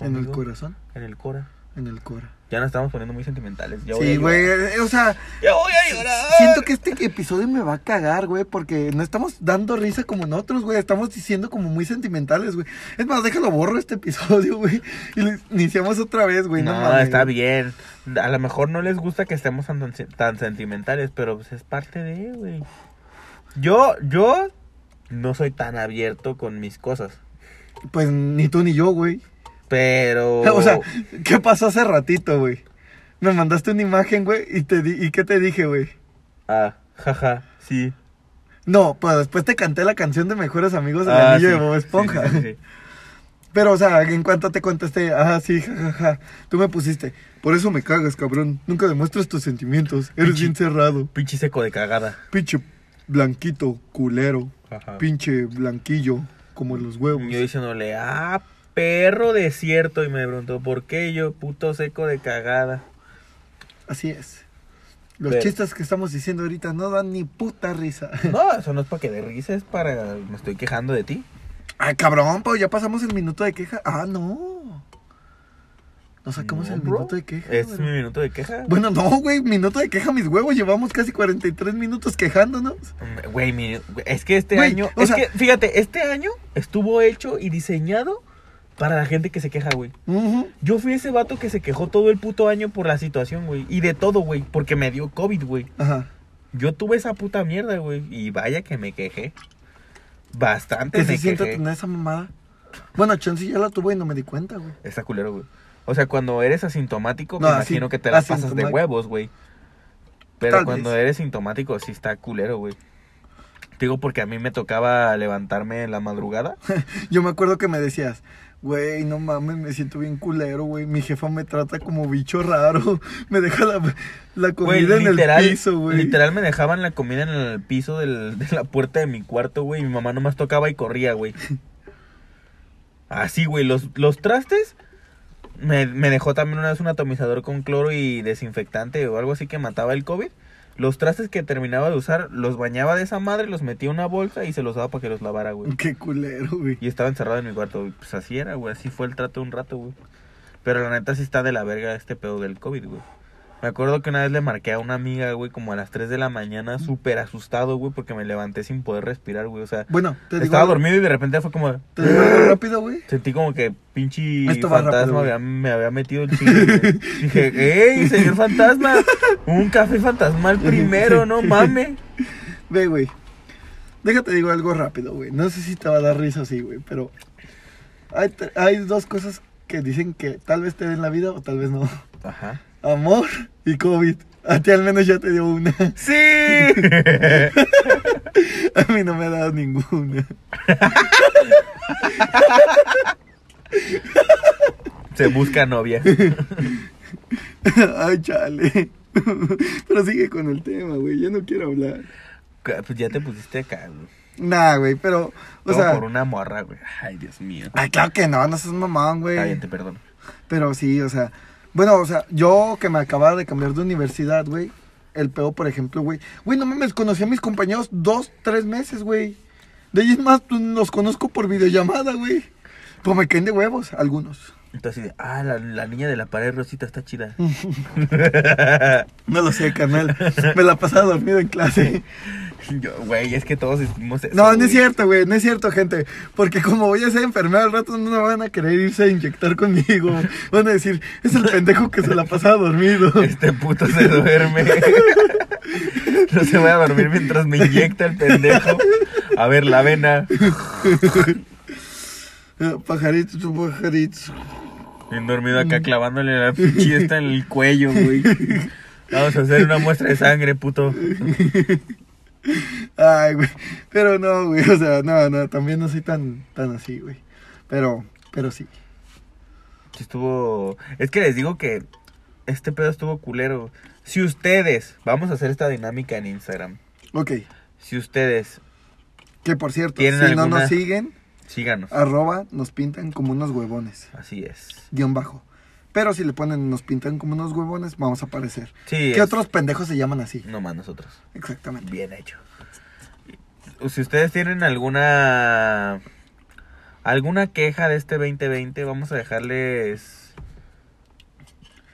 Speaker 2: En el
Speaker 1: conmigo.
Speaker 2: corazón.
Speaker 1: En el Cora.
Speaker 2: En el cora.
Speaker 1: Ya nos estamos poniendo muy sentimentales. Ya voy a
Speaker 2: Sí,
Speaker 1: llorar.
Speaker 2: güey. eh, O sea,
Speaker 1: Ya voy a llorar.
Speaker 2: siento que este episodio me va a cagar, güey, porque no estamos dando risa como en otros, güey. Estamos diciendo como muy sentimentales, güey. Es más, déjalo borro este episodio, güey. Y lo iniciamos otra vez, güey. No,
Speaker 1: No,
Speaker 2: mames.
Speaker 1: está bien. A lo mejor no les gusta que estemos tan, tan sentimentales, pero pues es parte de, güey. Yo, yo no soy tan abierto con mis cosas.
Speaker 2: Pues ni tú ni yo, güey.
Speaker 1: Pero.
Speaker 2: O sea, ¿qué pasó hace ratito, güey? Me mandaste una imagen, güey, y te di ¿y qué te dije, güey?
Speaker 1: Ah, jaja, sí.
Speaker 2: No, pero después te canté la canción de Mejores Amigos del
Speaker 1: Ah,
Speaker 2: Anillo
Speaker 1: sí.
Speaker 2: de Bob Esponja.
Speaker 1: Sí, sí, sí.
Speaker 2: Pero, o sea, en cuanto te contesté, ah, sí, jajaja, tú me pusiste, por eso me cagas, cabrón, nunca demuestras tus sentimientos, eres
Speaker 1: Pinche-
Speaker 2: bien cerrado,
Speaker 1: Pinche seco de cagada.
Speaker 2: pinche blanquito, culero,
Speaker 1: Ajá.
Speaker 2: pinche blanquillo, como los huevos.
Speaker 1: Yo diciéndole, ah, perro desierto. Y me preguntó, ¿por qué Y yo, puto seco de cagada?
Speaker 2: Así es. Los
Speaker 1: Pero-
Speaker 2: chistes que estamos diciendo ahorita no dan ni puta risa.
Speaker 1: No, eso no es para que de risa, es para. Me estoy quejando de ti.
Speaker 2: Ay, cabrón, pues ya pasamos el minuto de queja. Ah, no. No sacamos
Speaker 1: No,
Speaker 2: el
Speaker 1: bro.
Speaker 2: minuto de queja.
Speaker 1: Este es
Speaker 2: güey.
Speaker 1: mi minuto de queja.
Speaker 2: Bueno, no, güey, minuto de queja, mis huevos. Llevamos casi 43 minutos quejándonos.
Speaker 1: Güey, mi- es que este
Speaker 2: Güey,
Speaker 1: año.
Speaker 2: o
Speaker 1: es
Speaker 2: sea-
Speaker 1: que, fíjate, este año estuvo hecho y diseñado para la gente que se queja, güey.
Speaker 2: Ujú.
Speaker 1: Yo fui ese vato que se quejó todo el puto año por la situación, güey. Y de todo, güey. Porque me dio COVID, güey.
Speaker 2: Ajá.
Speaker 1: Yo tuve esa puta mierda, güey. Y vaya que me quejé. Bastante
Speaker 2: ¿Qué
Speaker 1: me
Speaker 2: se siente
Speaker 1: quejé.
Speaker 2: tener esa mamada? Bueno, Chance ya la tuvo y no me di cuenta, güey.
Speaker 1: Está culero, güey. O sea, cuando eres asintomático,
Speaker 2: No,
Speaker 1: me imagino
Speaker 2: así-
Speaker 1: que te la pasas de
Speaker 2: asintomático.
Speaker 1: huevos, güey. Pero
Speaker 2: Tal
Speaker 1: cuando
Speaker 2: vez.
Speaker 1: eres sintomático, sí está culero, güey. Te Digo porque a mí me tocaba levantarme en la madrugada.
Speaker 2: Yo me acuerdo que me decías, güey, no mames, me siento bien culero, güey. Mi jefa me trata como bicho raro. Me deja la, la
Speaker 1: Güey,
Speaker 2: comida en
Speaker 1: literal,
Speaker 2: el piso, güey.
Speaker 1: literal me dejaban la comida en el piso del- de la puerta de mi cuarto, güey. y Mi mamá nomás tocaba y corría, güey. Así, güey. Los, los trastes me, me dejó también una vez un atomizador con cloro y desinfectante o algo así que mataba el COVID. Los trastes que terminaba de usar, los bañaba de esa madre, los metía en una bolsa y se los daba para que los lavara, güey.
Speaker 2: Qué culero, güey.
Speaker 1: Y estaba encerrado en mi cuarto, güey. Pues así era, güey. Así fue el trato un rato, güey. Pero la neta sí está de la verga este pedo del COVID, güey. Me acuerdo que una vez le marqué a una amiga, güey, como a las 3 de la mañana, súper asustado, güey, porque me levanté sin poder respirar, güey. O sea,
Speaker 2: Bueno, te digo.
Speaker 1: estaba
Speaker 2: algo-
Speaker 1: dormido y de repente fue como...
Speaker 2: Te digo algo rápido, güey.
Speaker 1: Sentí como que pinche
Speaker 2: Esto va
Speaker 1: fantasma
Speaker 2: rápido, güey.
Speaker 1: había- me había metido el chile. güey. Dije, hey, señor fantasma, un café fantasmal primero, no mames.
Speaker 2: Ve, güey. Déjate digo algo rápido, güey. No sé si te va a dar risa así, güey, pero hay, tre- hay dos cosas que dicen que tal vez te den la vida o tal vez no.
Speaker 1: Ajá.
Speaker 2: Amor y COVID. A ti al menos ya te dio una.
Speaker 1: Sí.
Speaker 2: A mí no me ha dado ninguna.
Speaker 1: Se busca novia.
Speaker 2: Ay, chale. Pero sigue con el tema, güey. Ya no quiero hablar.
Speaker 1: Ca- Pues ya te pusiste acá, güey.
Speaker 2: Nah, güey, pero, o
Speaker 1: Todo
Speaker 2: sea...
Speaker 1: por una morra, güey. Ay, Dios mío.
Speaker 2: Ay, claro que no, no seas mamón,
Speaker 1: Está bien,
Speaker 2: güey.
Speaker 1: te perdono.
Speaker 2: Pero sí, o sea... Bueno, o sea, yo que me acababa de cambiar de universidad, güey. El peo, por ejemplo, güey. Güey, no mames, conocí a mis compañeros dos, tres meses, güey. De ahí es más, pues, los conozco por videollamada, güey. Pues me caen de huevos, algunos.
Speaker 1: Entonces, así de, ah, la, la niña de la pared rosita está chida.
Speaker 2: Mm. No lo sé, carnal. Me la pasaba dormido en clase.
Speaker 1: Yo, Güey, es que todos hicimos eso.
Speaker 2: No, no
Speaker 1: güey.
Speaker 2: es cierto, güey, no es cierto, gente. Porque como voy a ser enfermero al rato, no me van a querer irse a inyectar conmigo. Van a decir, es el pendejo que se la pasaba dormido.
Speaker 1: Este puto se duerme. No se va a dormir mientras me inyecta el pendejo. A ver, la vena.
Speaker 2: Eh, Pajaritos, pajaritos.
Speaker 1: Bien dormido
Speaker 2: Mm.
Speaker 1: acá clavándole la fiesta en el cuello, güey. Vamos a hacer una muestra de sangre, puto.
Speaker 2: Ay, güey. Pero no, güey, o sea, no, no, también no soy tan, tan así, güey. Pero, pero sí.
Speaker 1: Sí Estuvo. Es que les digo que este pedo estuvo culero. Si ustedes. Vamos a hacer esta dinámica en Instagram.
Speaker 2: Ok,
Speaker 1: Si ustedes.
Speaker 2: que por cierto, si
Speaker 1: ¿Tienen
Speaker 2: no
Speaker 1: alguna-
Speaker 2: nos siguen,
Speaker 1: Síganos.
Speaker 2: arroba nos pintan como unos huevones,
Speaker 1: Así es.
Speaker 2: guión bajo. Pero si le ponen nos pintan como unos huevones, vamos a aparecer.
Speaker 1: Sí.
Speaker 2: ¿Qué
Speaker 1: es-
Speaker 2: otros pendejos se llaman así?
Speaker 1: No más nosotros.
Speaker 2: Exactamente.
Speaker 1: Bien hecho. Si ustedes tienen alguna alguna queja de este 2020, vamos a dejarles,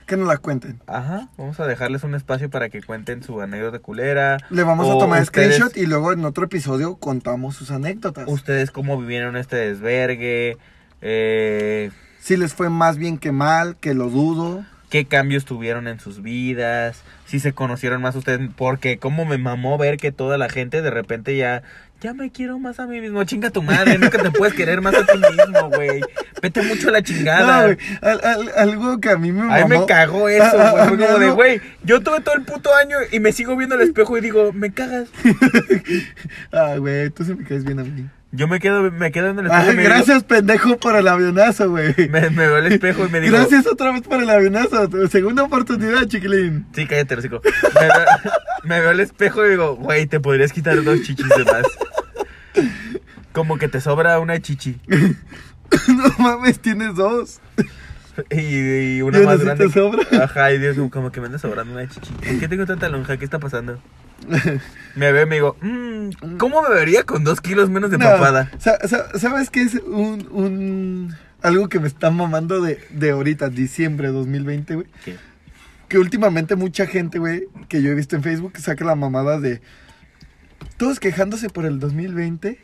Speaker 2: Que nos la cuenten.
Speaker 1: ajá, vamos a dejarles un espacio para que cuenten su anécdota culera.
Speaker 2: Le vamos a
Speaker 1: o
Speaker 2: tomar
Speaker 1: ustedes-
Speaker 2: screenshot y luego en otro episodio contamos sus anécdotas.
Speaker 1: Ustedes cómo vivieron este desvergue, eh,
Speaker 2: Si les fue más bien que mal, que lo dudo.
Speaker 1: qué cambios tuvieron en sus vidas, si se conocieron más ustedes, porque como me mamó ver que toda la gente de repente ya, ya me quiero más a mí mismo, chinga tu madre, nunca te puedes querer más a ti mismo, güey, vete mucho a la chingada.
Speaker 2: No, güey, al- al- algo que a mí me mamó.
Speaker 1: Ay, me cagó eso,
Speaker 2: Ah, ah,
Speaker 1: güey. Fue
Speaker 2: ah,
Speaker 1: como de,
Speaker 2: no.
Speaker 1: güey, yo tuve todo el puto año y me sigo viendo al espejo y digo, me cagas.
Speaker 2: Ah, güey, tú sí me caes bien a mí.
Speaker 1: Yo me quedo, Este, me quedo en el espejo.
Speaker 2: Ah,
Speaker 1: y me
Speaker 2: gracias, pendejo, por el avionazo, güey.
Speaker 1: digo- me, me veo al espejo y me digo,
Speaker 2: Gracias otra vez por el avionazo. Tu Segunda oportunidad, chiquilín.
Speaker 1: Sí, cállate, hocico. Me veo, me veo al espejo y digo, güey, te podrías quitar dos chichis de más. Como que te sobra una chichi
Speaker 2: no mames, tienes dos.
Speaker 1: y, y una
Speaker 2: Y una
Speaker 1: más
Speaker 2: sí te
Speaker 1: grande.
Speaker 2: sobra.
Speaker 1: Ajá, y Dios, como que me anda sobrando una chichi. ¿Por qué tengo tanta lonja? ¿Qué está pasando? Me veo y me digo, "Mm, ¿cómo me vería con dos kilos menos de
Speaker 2: No,
Speaker 1: papada?
Speaker 2: sa- sa- ¿Sabes qué es un, un- algo que me está mamando de, de ahorita, diciembre de 2020, güey?
Speaker 1: ¿Qué?
Speaker 2: Que últimamente mucha gente, güey, que yo he visto en Facebook, saca la mamada de todos quejándose por el 2020.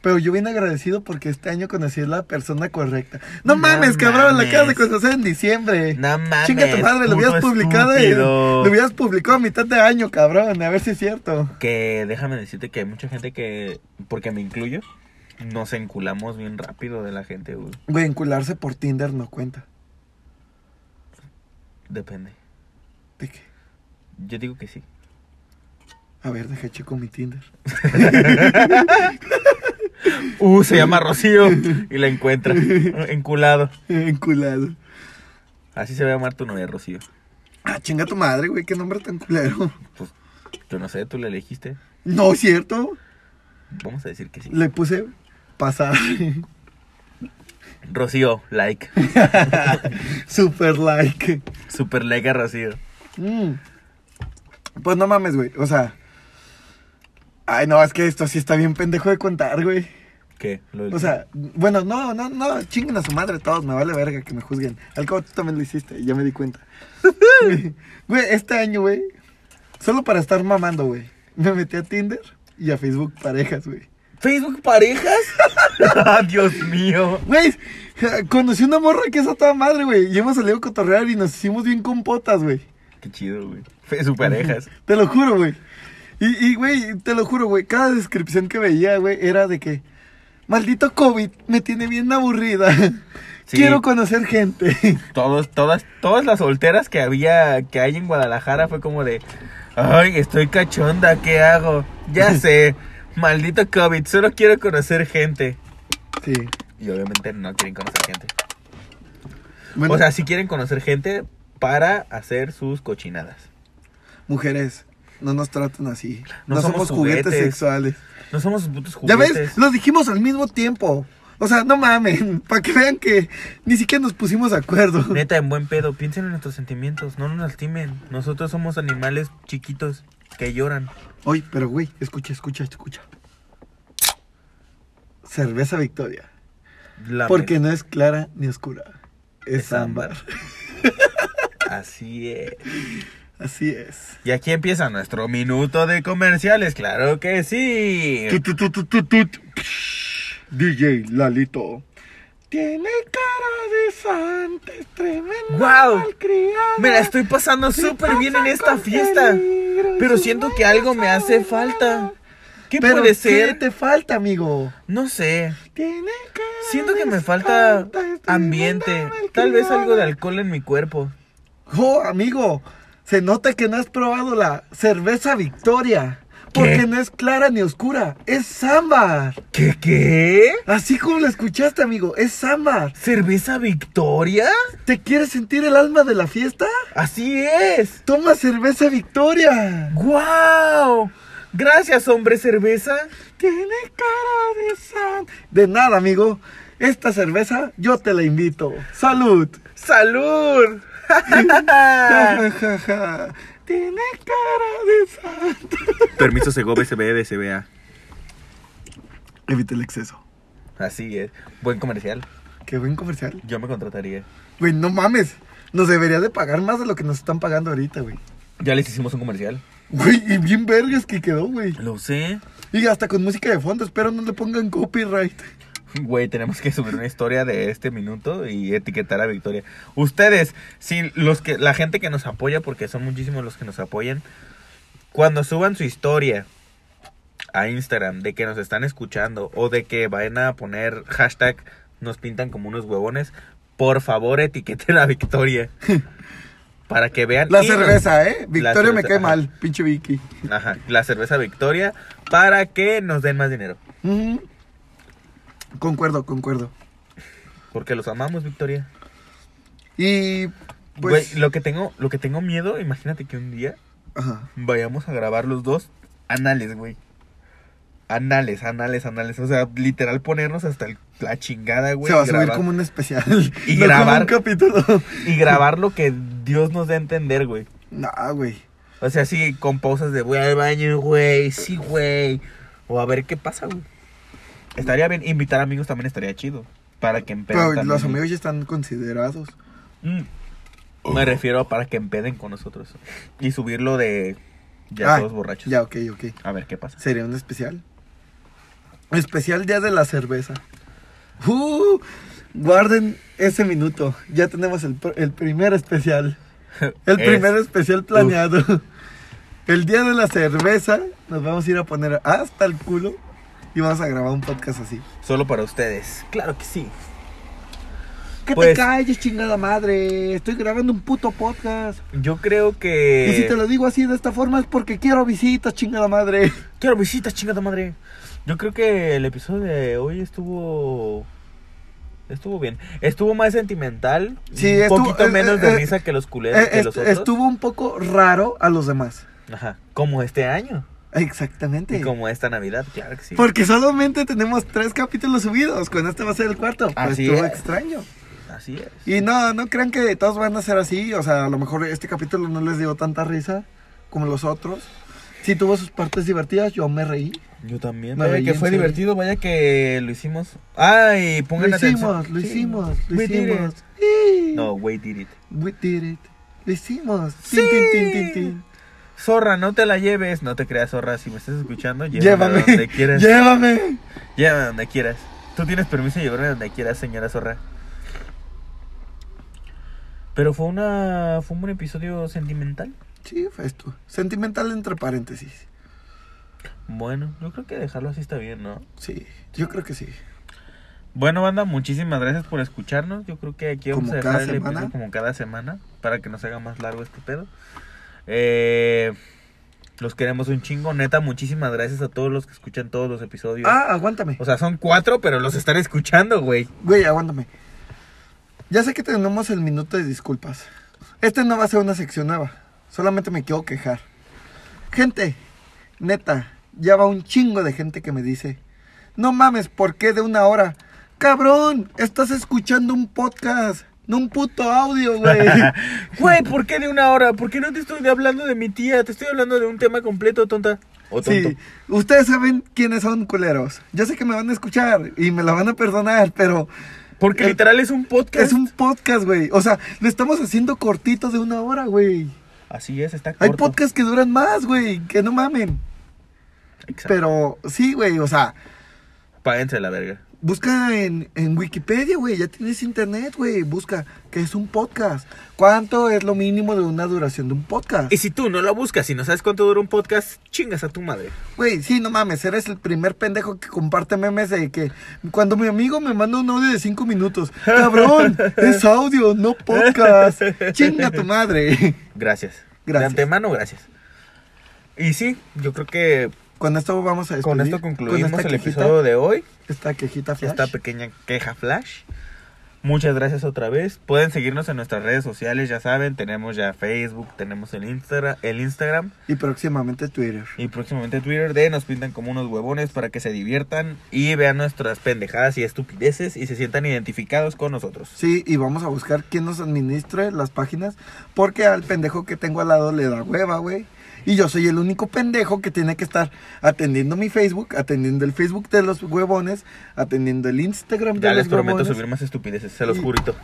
Speaker 2: Pero yo bien agradecido porque este año conocí a la persona correcta. No,
Speaker 1: No
Speaker 2: mames, cabrón, la acabas de
Speaker 1: mames.
Speaker 2: conocer en diciembre.
Speaker 1: No mames.
Speaker 2: Chinga tu madre,
Speaker 1: puto
Speaker 2: lo hubieras publicado en-
Speaker 1: estúpido.
Speaker 2: lo hubieras publicado a mitad de año, cabrón, a ver si es cierto.
Speaker 1: Que déjame decirte que hay mucha gente que, porque me incluyo, nos enculamos bien rápido de la gente, güey.
Speaker 2: Güey, encularse por Tinder no cuenta.
Speaker 1: Depende.
Speaker 2: ¿De qué?
Speaker 1: Yo digo que sí.
Speaker 2: A ver, deja checo mi Tinder.
Speaker 1: Uh, se llama Rocío y la encuentra. Enculado.
Speaker 2: Enculado.
Speaker 1: Así se va a llamar tu novia, Rocío.
Speaker 2: Ah, chinga tu madre, güey, qué nombre tan culero.
Speaker 1: Pues, yo no sé, tú la elegiste.
Speaker 2: No, es ¿cierto?
Speaker 1: Vamos a decir que sí.
Speaker 2: Le puse pasar.
Speaker 1: Rocío, like.
Speaker 2: Super like.
Speaker 1: Super like a Rocío.
Speaker 2: Mm. Pues no mames, güey. O sea. Ay, no, es que esto sí está bien pendejo de contar, güey.
Speaker 1: ¿Qué? Lo del-
Speaker 2: O sea, bueno, no, no, no, chinguen a su madre todos, me vale verga que me juzguen. Al cabo tú también lo hiciste, ya me di cuenta. güey, este año, güey, solo para estar mamando, güey, me metí a Tinder y a Facebook parejas, güey.
Speaker 1: ¿Facebook parejas? ¡Ah, Dios mío!
Speaker 2: Güey, ja, conocí una morra que es a toda madre, güey, y hemos salido a cotorrear y nos hicimos bien compotas, güey.
Speaker 1: Qué chido, güey. Facebook parejas.
Speaker 2: Te lo juro, güey. Y, y, güey, te lo juro, güey, cada descripción que veía, güey, era de que, maldito COVID, me tiene bien aburrida.
Speaker 1: Sí.
Speaker 2: Quiero conocer gente.
Speaker 1: Todos, todas, todas las solteras que había, que hay en Guadalajara fue como de, ay, estoy cachonda, ¿qué hago? Ya sé, maldito COVID, solo quiero conocer gente.
Speaker 2: Sí.
Speaker 1: Y obviamente no quieren conocer gente.
Speaker 2: Bueno,
Speaker 1: O sea, sí quieren conocer gente para hacer sus cochinadas.
Speaker 2: mujeres, no nos tratan así.
Speaker 1: No
Speaker 2: No,
Speaker 1: somos
Speaker 2: somos, juguetes.
Speaker 1: juguetes.
Speaker 2: sexuales.
Speaker 1: No somos sus putos
Speaker 2: Ya
Speaker 1: juguetes.
Speaker 2: ves, lo dijimos al mismo tiempo. O sea, no mamen, para que vean que ni siquiera nos pusimos de acuerdo.
Speaker 1: Neta, en buen pedo, piensen en nuestros sentimientos, no nos lastimen. Nosotros somos animales chiquitos que lloran.
Speaker 2: Oye, pero güey, escucha, escucha, escucha. Cerveza Victoria.
Speaker 1: Lamen.
Speaker 2: Porque no es clara ni oscura. Es,
Speaker 1: Es ámbar.
Speaker 2: ámbar.
Speaker 1: Así es.
Speaker 2: Así es.
Speaker 1: Y aquí empieza nuestro minuto de comerciales, claro que sí.
Speaker 2: Tu, tu, tu, tu, tu, tu. DJ Lalito. Tiene cara de santa, es tremendo.
Speaker 1: ¡Guau!
Speaker 2: malcriada.
Speaker 1: Me la estoy pasando súper bien en esta fiesta. Pero siento que algo me hace falta. ¿Qué
Speaker 2: Pero
Speaker 1: puede ser?
Speaker 2: ¿Qué te falta, amigo?
Speaker 1: No sé. Siento que me falta ambiente. Tal vez algo de alcohol en mi cuerpo.
Speaker 2: Oh, amigo, se nota que no has probado la cerveza Victoria. Porque no es clara ni oscura, es ámbar.
Speaker 1: ¿Qué qué?
Speaker 2: Así como la escuchaste, amigo, es ámbar.
Speaker 1: ¿Cerveza Victoria?
Speaker 2: ¿Te quieres sentir el alma de la fiesta?
Speaker 1: Así es.
Speaker 2: Toma cerveza Victoria.
Speaker 1: ¡Guau! Gracias, hombre cerveza.
Speaker 2: Tiene cara de san. De nada, amigo. Esta cerveza yo te la invito. Salud.
Speaker 1: ¡Salud!
Speaker 2: Ja, ja, ja. Tiene cara de san.
Speaker 1: Permiso Segobe se bebe, se vea.
Speaker 2: Evita el exceso.
Speaker 1: Así es. Buen comercial.
Speaker 2: Qué buen comercial.
Speaker 1: Yo me contrataría.
Speaker 2: Güey, no mames. Nos debería de pagar más de lo que nos están pagando ahorita, güey.
Speaker 1: Ya les hicimos un comercial.
Speaker 2: Güey, y bien vergas que quedó, güey.
Speaker 1: Lo sé.
Speaker 2: Y hasta con música de fondo. Espero no le pongan copyright.
Speaker 1: Güey, tenemos que subir una historia de este minuto y etiquetar a Victoria. Ustedes, si los que, la gente que nos apoya, porque son muchísimos los que nos apoyan, cuando suban su historia a Instagram de que nos están escuchando o de que vayan a poner hashtag nos pintan como unos huevones, por favor etiqueten a Victoria. Para que vean.
Speaker 2: La
Speaker 1: y nos-
Speaker 2: cerveza, ¿eh? Victoria me
Speaker 1: cerveza,
Speaker 2: cae
Speaker 1: ajá.
Speaker 2: mal, pinche Vicky.
Speaker 1: Ajá, la cerveza Victoria para que nos den más dinero.
Speaker 2: Ujú. Mm. Concuerdo, concuerdo.
Speaker 1: Porque los amamos, Victoria.
Speaker 2: Y pues.
Speaker 1: Güey, lo que tengo, lo que tengo miedo, imagínate que un día
Speaker 2: Ajá.
Speaker 1: vayamos a grabar los dos anales, güey. Anales, anales, anales. O sea, literal ponernos hasta el- la chingada, güey.
Speaker 2: Se va a
Speaker 1: y
Speaker 2: subir
Speaker 1: grabar-
Speaker 2: como un especial.
Speaker 1: Y
Speaker 2: no como
Speaker 1: grabar.
Speaker 2: un capítulo.
Speaker 1: Y grabar lo que Dios nos dé a entender, güey.
Speaker 2: nah, güey.
Speaker 1: O sea, así con pausas de voy al baño, güey, sí, güey. O a ver qué pasa, güey. Estaría bien, invitar amigos también estaría chido. Para que empeden
Speaker 2: Pero,
Speaker 1: también.
Speaker 2: los amigos ya están considerados.
Speaker 1: Mm. Me refiero a para que empeden con nosotros. Y subirlo de ya
Speaker 2: Ah,
Speaker 1: todos borrachos.
Speaker 2: Ya, ok, ok.
Speaker 1: A ver qué pasa.
Speaker 2: Sería un especial. Especial Día de la Cerveza. Uh, guarden ese minuto. Ya tenemos el, pr- el primer especial. El
Speaker 1: Es-
Speaker 2: primer especial planeado. El día de la cerveza nos vamos a ir a poner hasta el culo y vamos a grabar un podcast así.
Speaker 1: Solo para ustedes. Claro que sí.
Speaker 2: Que
Speaker 1: Pues-
Speaker 2: te calles, chingada madre. Estoy grabando un puto podcast.
Speaker 1: Yo creo que.
Speaker 2: Y si te lo digo así de esta forma es porque quiero visitas, chingada madre.
Speaker 1: Quiero visitas, chingada madre. Yo creo que el episodio de hoy estuvo. Estuvo bien. Estuvo más sentimental.
Speaker 2: Sí,
Speaker 1: un
Speaker 2: estuvo-
Speaker 1: poquito
Speaker 2: eh,
Speaker 1: menos
Speaker 2: eh,
Speaker 1: de
Speaker 2: eh,
Speaker 1: risa que los culeros.
Speaker 2: Eh,
Speaker 1: que los
Speaker 2: est-
Speaker 1: otros.
Speaker 2: estuvo un poco raro a los demás.
Speaker 1: Ajá. Como este año.
Speaker 2: Exactamente.
Speaker 1: Y como esta Navidad. Claro que sí.
Speaker 2: Porque solamente tenemos tres capítulos subidos. Con este va a ser el cuarto. Pues
Speaker 1: Así
Speaker 2: estuvo
Speaker 1: es.
Speaker 2: extraño.
Speaker 1: Así es.
Speaker 2: Y no, no crean que todos van a ser así. O sea, a lo mejor este capítulo no les dio tanta risa. como los otros. Sí tuvo sus partes divertidas, yo me reí.
Speaker 1: Yo también.
Speaker 2: Me
Speaker 1: Vaya
Speaker 2: reí
Speaker 1: que
Speaker 2: en
Speaker 1: fue
Speaker 2: serio.
Speaker 1: divertido, vaya que lo hicimos. Ay, pongan
Speaker 2: lo
Speaker 1: atención.
Speaker 2: hicimos, lo
Speaker 1: Sí.
Speaker 2: hicimos, lo
Speaker 1: We did it.
Speaker 2: hicimos. Sí.
Speaker 1: No, we did it.
Speaker 2: We did it. Lo hicimos.
Speaker 1: Sí.
Speaker 2: Tin, tin, tin, tin, tin.
Speaker 1: Zorra, no te la lleves. No te creas, zorra. Si me estás escuchando, llévame,
Speaker 2: Llévame.
Speaker 1: a donde quieras.
Speaker 2: Llévame.
Speaker 1: Llévame a donde quieras. Tú tienes permiso de llevarme a donde quieras, señora zorra. Pero fue una fue un buen episodio sentimental.
Speaker 2: Sí, fue esto. Sentimental entre paréntesis.
Speaker 1: Bueno, yo creo que dejarlo así está bien, ¿no?
Speaker 2: Sí, yo creo que sí.
Speaker 1: Bueno, banda, muchísimas gracias por escucharnos. Yo creo que aquí vamos
Speaker 2: Como
Speaker 1: a dejar
Speaker 2: cada
Speaker 1: el
Speaker 2: semana.
Speaker 1: episodio como cada semana para que no se haga más largo este pedo. Eh, los queremos un chingo, neta. Muchísimas gracias a todos los que escuchan todos los episodios.
Speaker 2: Ah, aguántame.
Speaker 1: O sea, son cuatro, pero los están escuchando, güey.
Speaker 2: Güey, aguántame. Ya sé que tenemos el minuto de disculpas. Este no va a ser una sección nueva. Solamente me quiero quejar. Gente, neta, ya va un chingo de gente que me dice, no mames, ¿por qué de una hora? Cabrón, estás escuchando un podcast, no un puto audio, güey.
Speaker 1: Güey, ¿por qué de una hora? ¿Por qué no te estoy hablando de mi tía? Te estoy hablando de un tema completo, tonta. O tonto.
Speaker 2: sí, ustedes saben quiénes son culeros. Yo sé que me van a escuchar y me la van a perdonar, pero
Speaker 1: Porque
Speaker 2: Eh,
Speaker 1: literal es un podcast.
Speaker 2: es un podcast, güey. O sea, lo estamos haciendo cortito de una hora, güey.
Speaker 1: Así es, está corto.
Speaker 2: Hay podcasts que duran más, güey, que no mamen.
Speaker 1: Exacto.
Speaker 2: Pero sí, güey, o sea,
Speaker 1: Páguense la verga.
Speaker 2: busca en, en Wikipedia, güey, ya tienes internet, güey, busca qué es un podcast. ¿Cuánto es lo mínimo de una duración de un podcast?
Speaker 1: Y si tú no lo buscas y no sabes cuánto dura un podcast, chingas a tu madre.
Speaker 2: Güey, sí, no mames, eres el primer pendejo que comparte memes de que cuando mi amigo me manda un audio de cinco minutos, cabrón, es audio, no podcast. Chinga tu madre.
Speaker 1: Gracias. De
Speaker 2: Gracias.
Speaker 1: antemano, gracias. Y sí, yo creo que
Speaker 2: Con esto vamos a despedir.
Speaker 1: con esto concluimos
Speaker 2: Con esta
Speaker 1: el
Speaker 2: quejita-
Speaker 1: episodio de hoy.
Speaker 2: Esta quejita flash.
Speaker 1: Esta pequeña queja flash. Muchas gracias otra vez. Pueden seguirnos en nuestras redes sociales, ya saben, tenemos ya Facebook, tenemos el, Instagram el Instagram
Speaker 2: Y próximamente Twitter.
Speaker 1: y próximamente Twitter de nos pintan como unos huevones para que se diviertan y vean nuestras pendejadas y estupideces y se sientan identificados con nosotros.
Speaker 2: Sí, y vamos a buscar quién nos administre las páginas, porque al pendejo que tengo al lado le da hueva, güey. Y yo soy el único pendejo que tiene que estar atendiendo mi Facebook, atendiendo el Facebook de los huevones, atendiendo el Instagram de
Speaker 1: Ya
Speaker 2: los
Speaker 1: les prometo
Speaker 2: huevones.
Speaker 1: subir más estupideces, se los
Speaker 2: Y-
Speaker 1: jurito.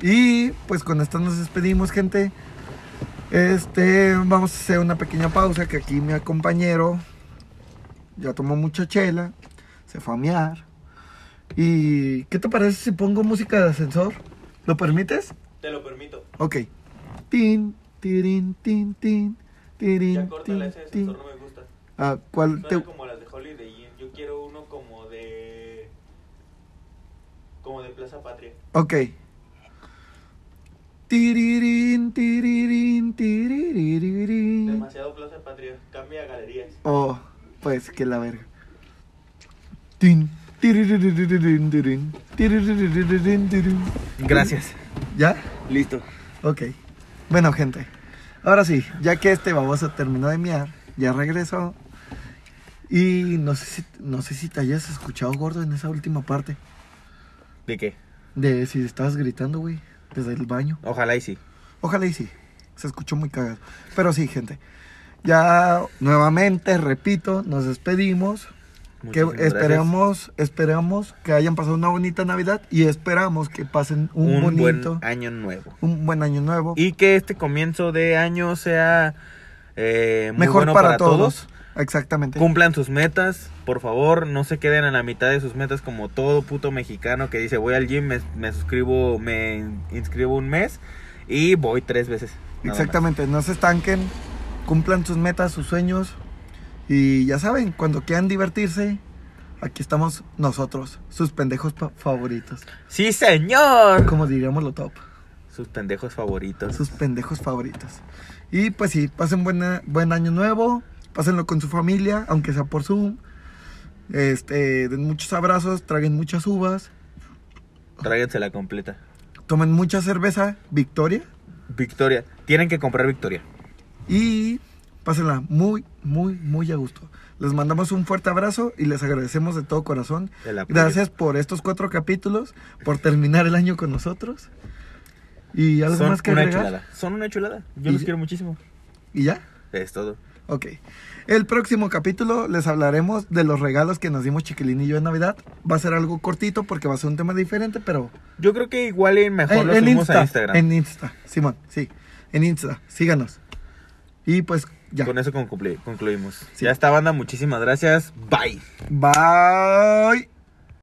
Speaker 2: Y pues con esto nos despedimos, gente. Este, vamos a hacer una pequeña pausa que aquí mi compañero ya tomó mucha chela, se fue a mear. ¿Y qué te parece si pongo música de ascensor? ¿Lo permites?
Speaker 3: Te lo permito.
Speaker 2: Ok. Tin, tirin, tin, tin, tirin,
Speaker 3: Ya córtala, ese
Speaker 2: tin,
Speaker 3: sensor no me gusta.
Speaker 2: tin. Ah, ¿cuál
Speaker 3: Suena
Speaker 2: te...
Speaker 3: como las de Holiday Inn. Yo quiero uno como de... Como de Plaza Patria.
Speaker 2: Ok. Tiririn, tiririn, tiriririn.
Speaker 3: Demasiado Plaza Patria. Cambia a galerías.
Speaker 2: Oh, pues que la verga. Tin, tiririririn, tirin, tiririririn, tirin.
Speaker 1: Gracias.
Speaker 2: ¿Ya?
Speaker 1: Listo.
Speaker 2: Ok. Bueno, gente. Ahora sí, ya que este baboso terminó de miar, ya regresó. Y no sé si, no sé si te hayas escuchado gordo en esa última parte.
Speaker 1: ¿De qué?
Speaker 2: De si estabas gritando, güey, desde el baño.
Speaker 1: Ojalá y sí.
Speaker 2: Ojalá y sí. Se escuchó muy cagado. Pero sí, gente. Ya nuevamente, repito, nos despedimos. Que
Speaker 1: Muchísimas gracias.
Speaker 2: esperamos, esperamos que hayan pasado una bonita Navidad y esperamos que pasen un,
Speaker 1: un,
Speaker 2: bonito,
Speaker 1: buen año nuevo.
Speaker 2: un buen año nuevo.
Speaker 1: Y que este comienzo de año sea eh, muy
Speaker 2: Mejor
Speaker 1: bueno
Speaker 2: para, todos. Exactamente.
Speaker 1: Cumplan sus metas, por favor, no se queden a la mitad de sus metas como todo puto mexicano que dice voy al gym, me, me suscribo, me in- inscribo un mes y voy tres veces. nada
Speaker 2: Exactamente. No se estanquen, cumplan sus metas, sus sueños. Y ya saben, cuando quieran divertirse, aquí estamos nosotros, sus pendejos pa- favoritos.
Speaker 1: más. Sí, señor.
Speaker 2: Como diríamos lo top.
Speaker 1: Sus pendejos favoritos.
Speaker 2: sus pendejos favoritos. Y pues sí, pasen buena, buen año nuevo, pásenlo con su familia, aunque sea por Zoom. Este, den muchos abrazos, traguen muchas uvas,
Speaker 1: Tráiganse la completa.
Speaker 2: tomen mucha cerveza, Victoria,
Speaker 1: Victoria. Tienen que comprar Victoria.
Speaker 2: y pásenla muy, muy, muy a gusto. Les mandamos un fuerte abrazo y les agradecemos de todo corazón.
Speaker 1: El apoyo.
Speaker 2: Gracias por estos cuatro capítulos, por terminar el año con nosotros. Y algo
Speaker 1: Son
Speaker 2: más que
Speaker 1: una
Speaker 2: agregar.
Speaker 1: chulada. Son una chulada. Yo
Speaker 2: Y-
Speaker 1: los quiero muchísimo.
Speaker 2: Y ya.
Speaker 1: Es todo.
Speaker 2: Ok. El próximo capítulo les hablaremos de los regalos que nos dimos Chiquilín y yo en Navidad. Va a ser algo cortito porque va a ser un tema diferente, pero
Speaker 1: Yo creo que igual y mejor lo subimos a Instagram.
Speaker 2: Eh, En Insta, Simón, sí. En Insta, síganos. Y pues ya.
Speaker 1: Con eso conclu- concluimos.
Speaker 2: Sí.
Speaker 1: Ya está, banda. Muchísimas gracias. Bye.
Speaker 2: Bye.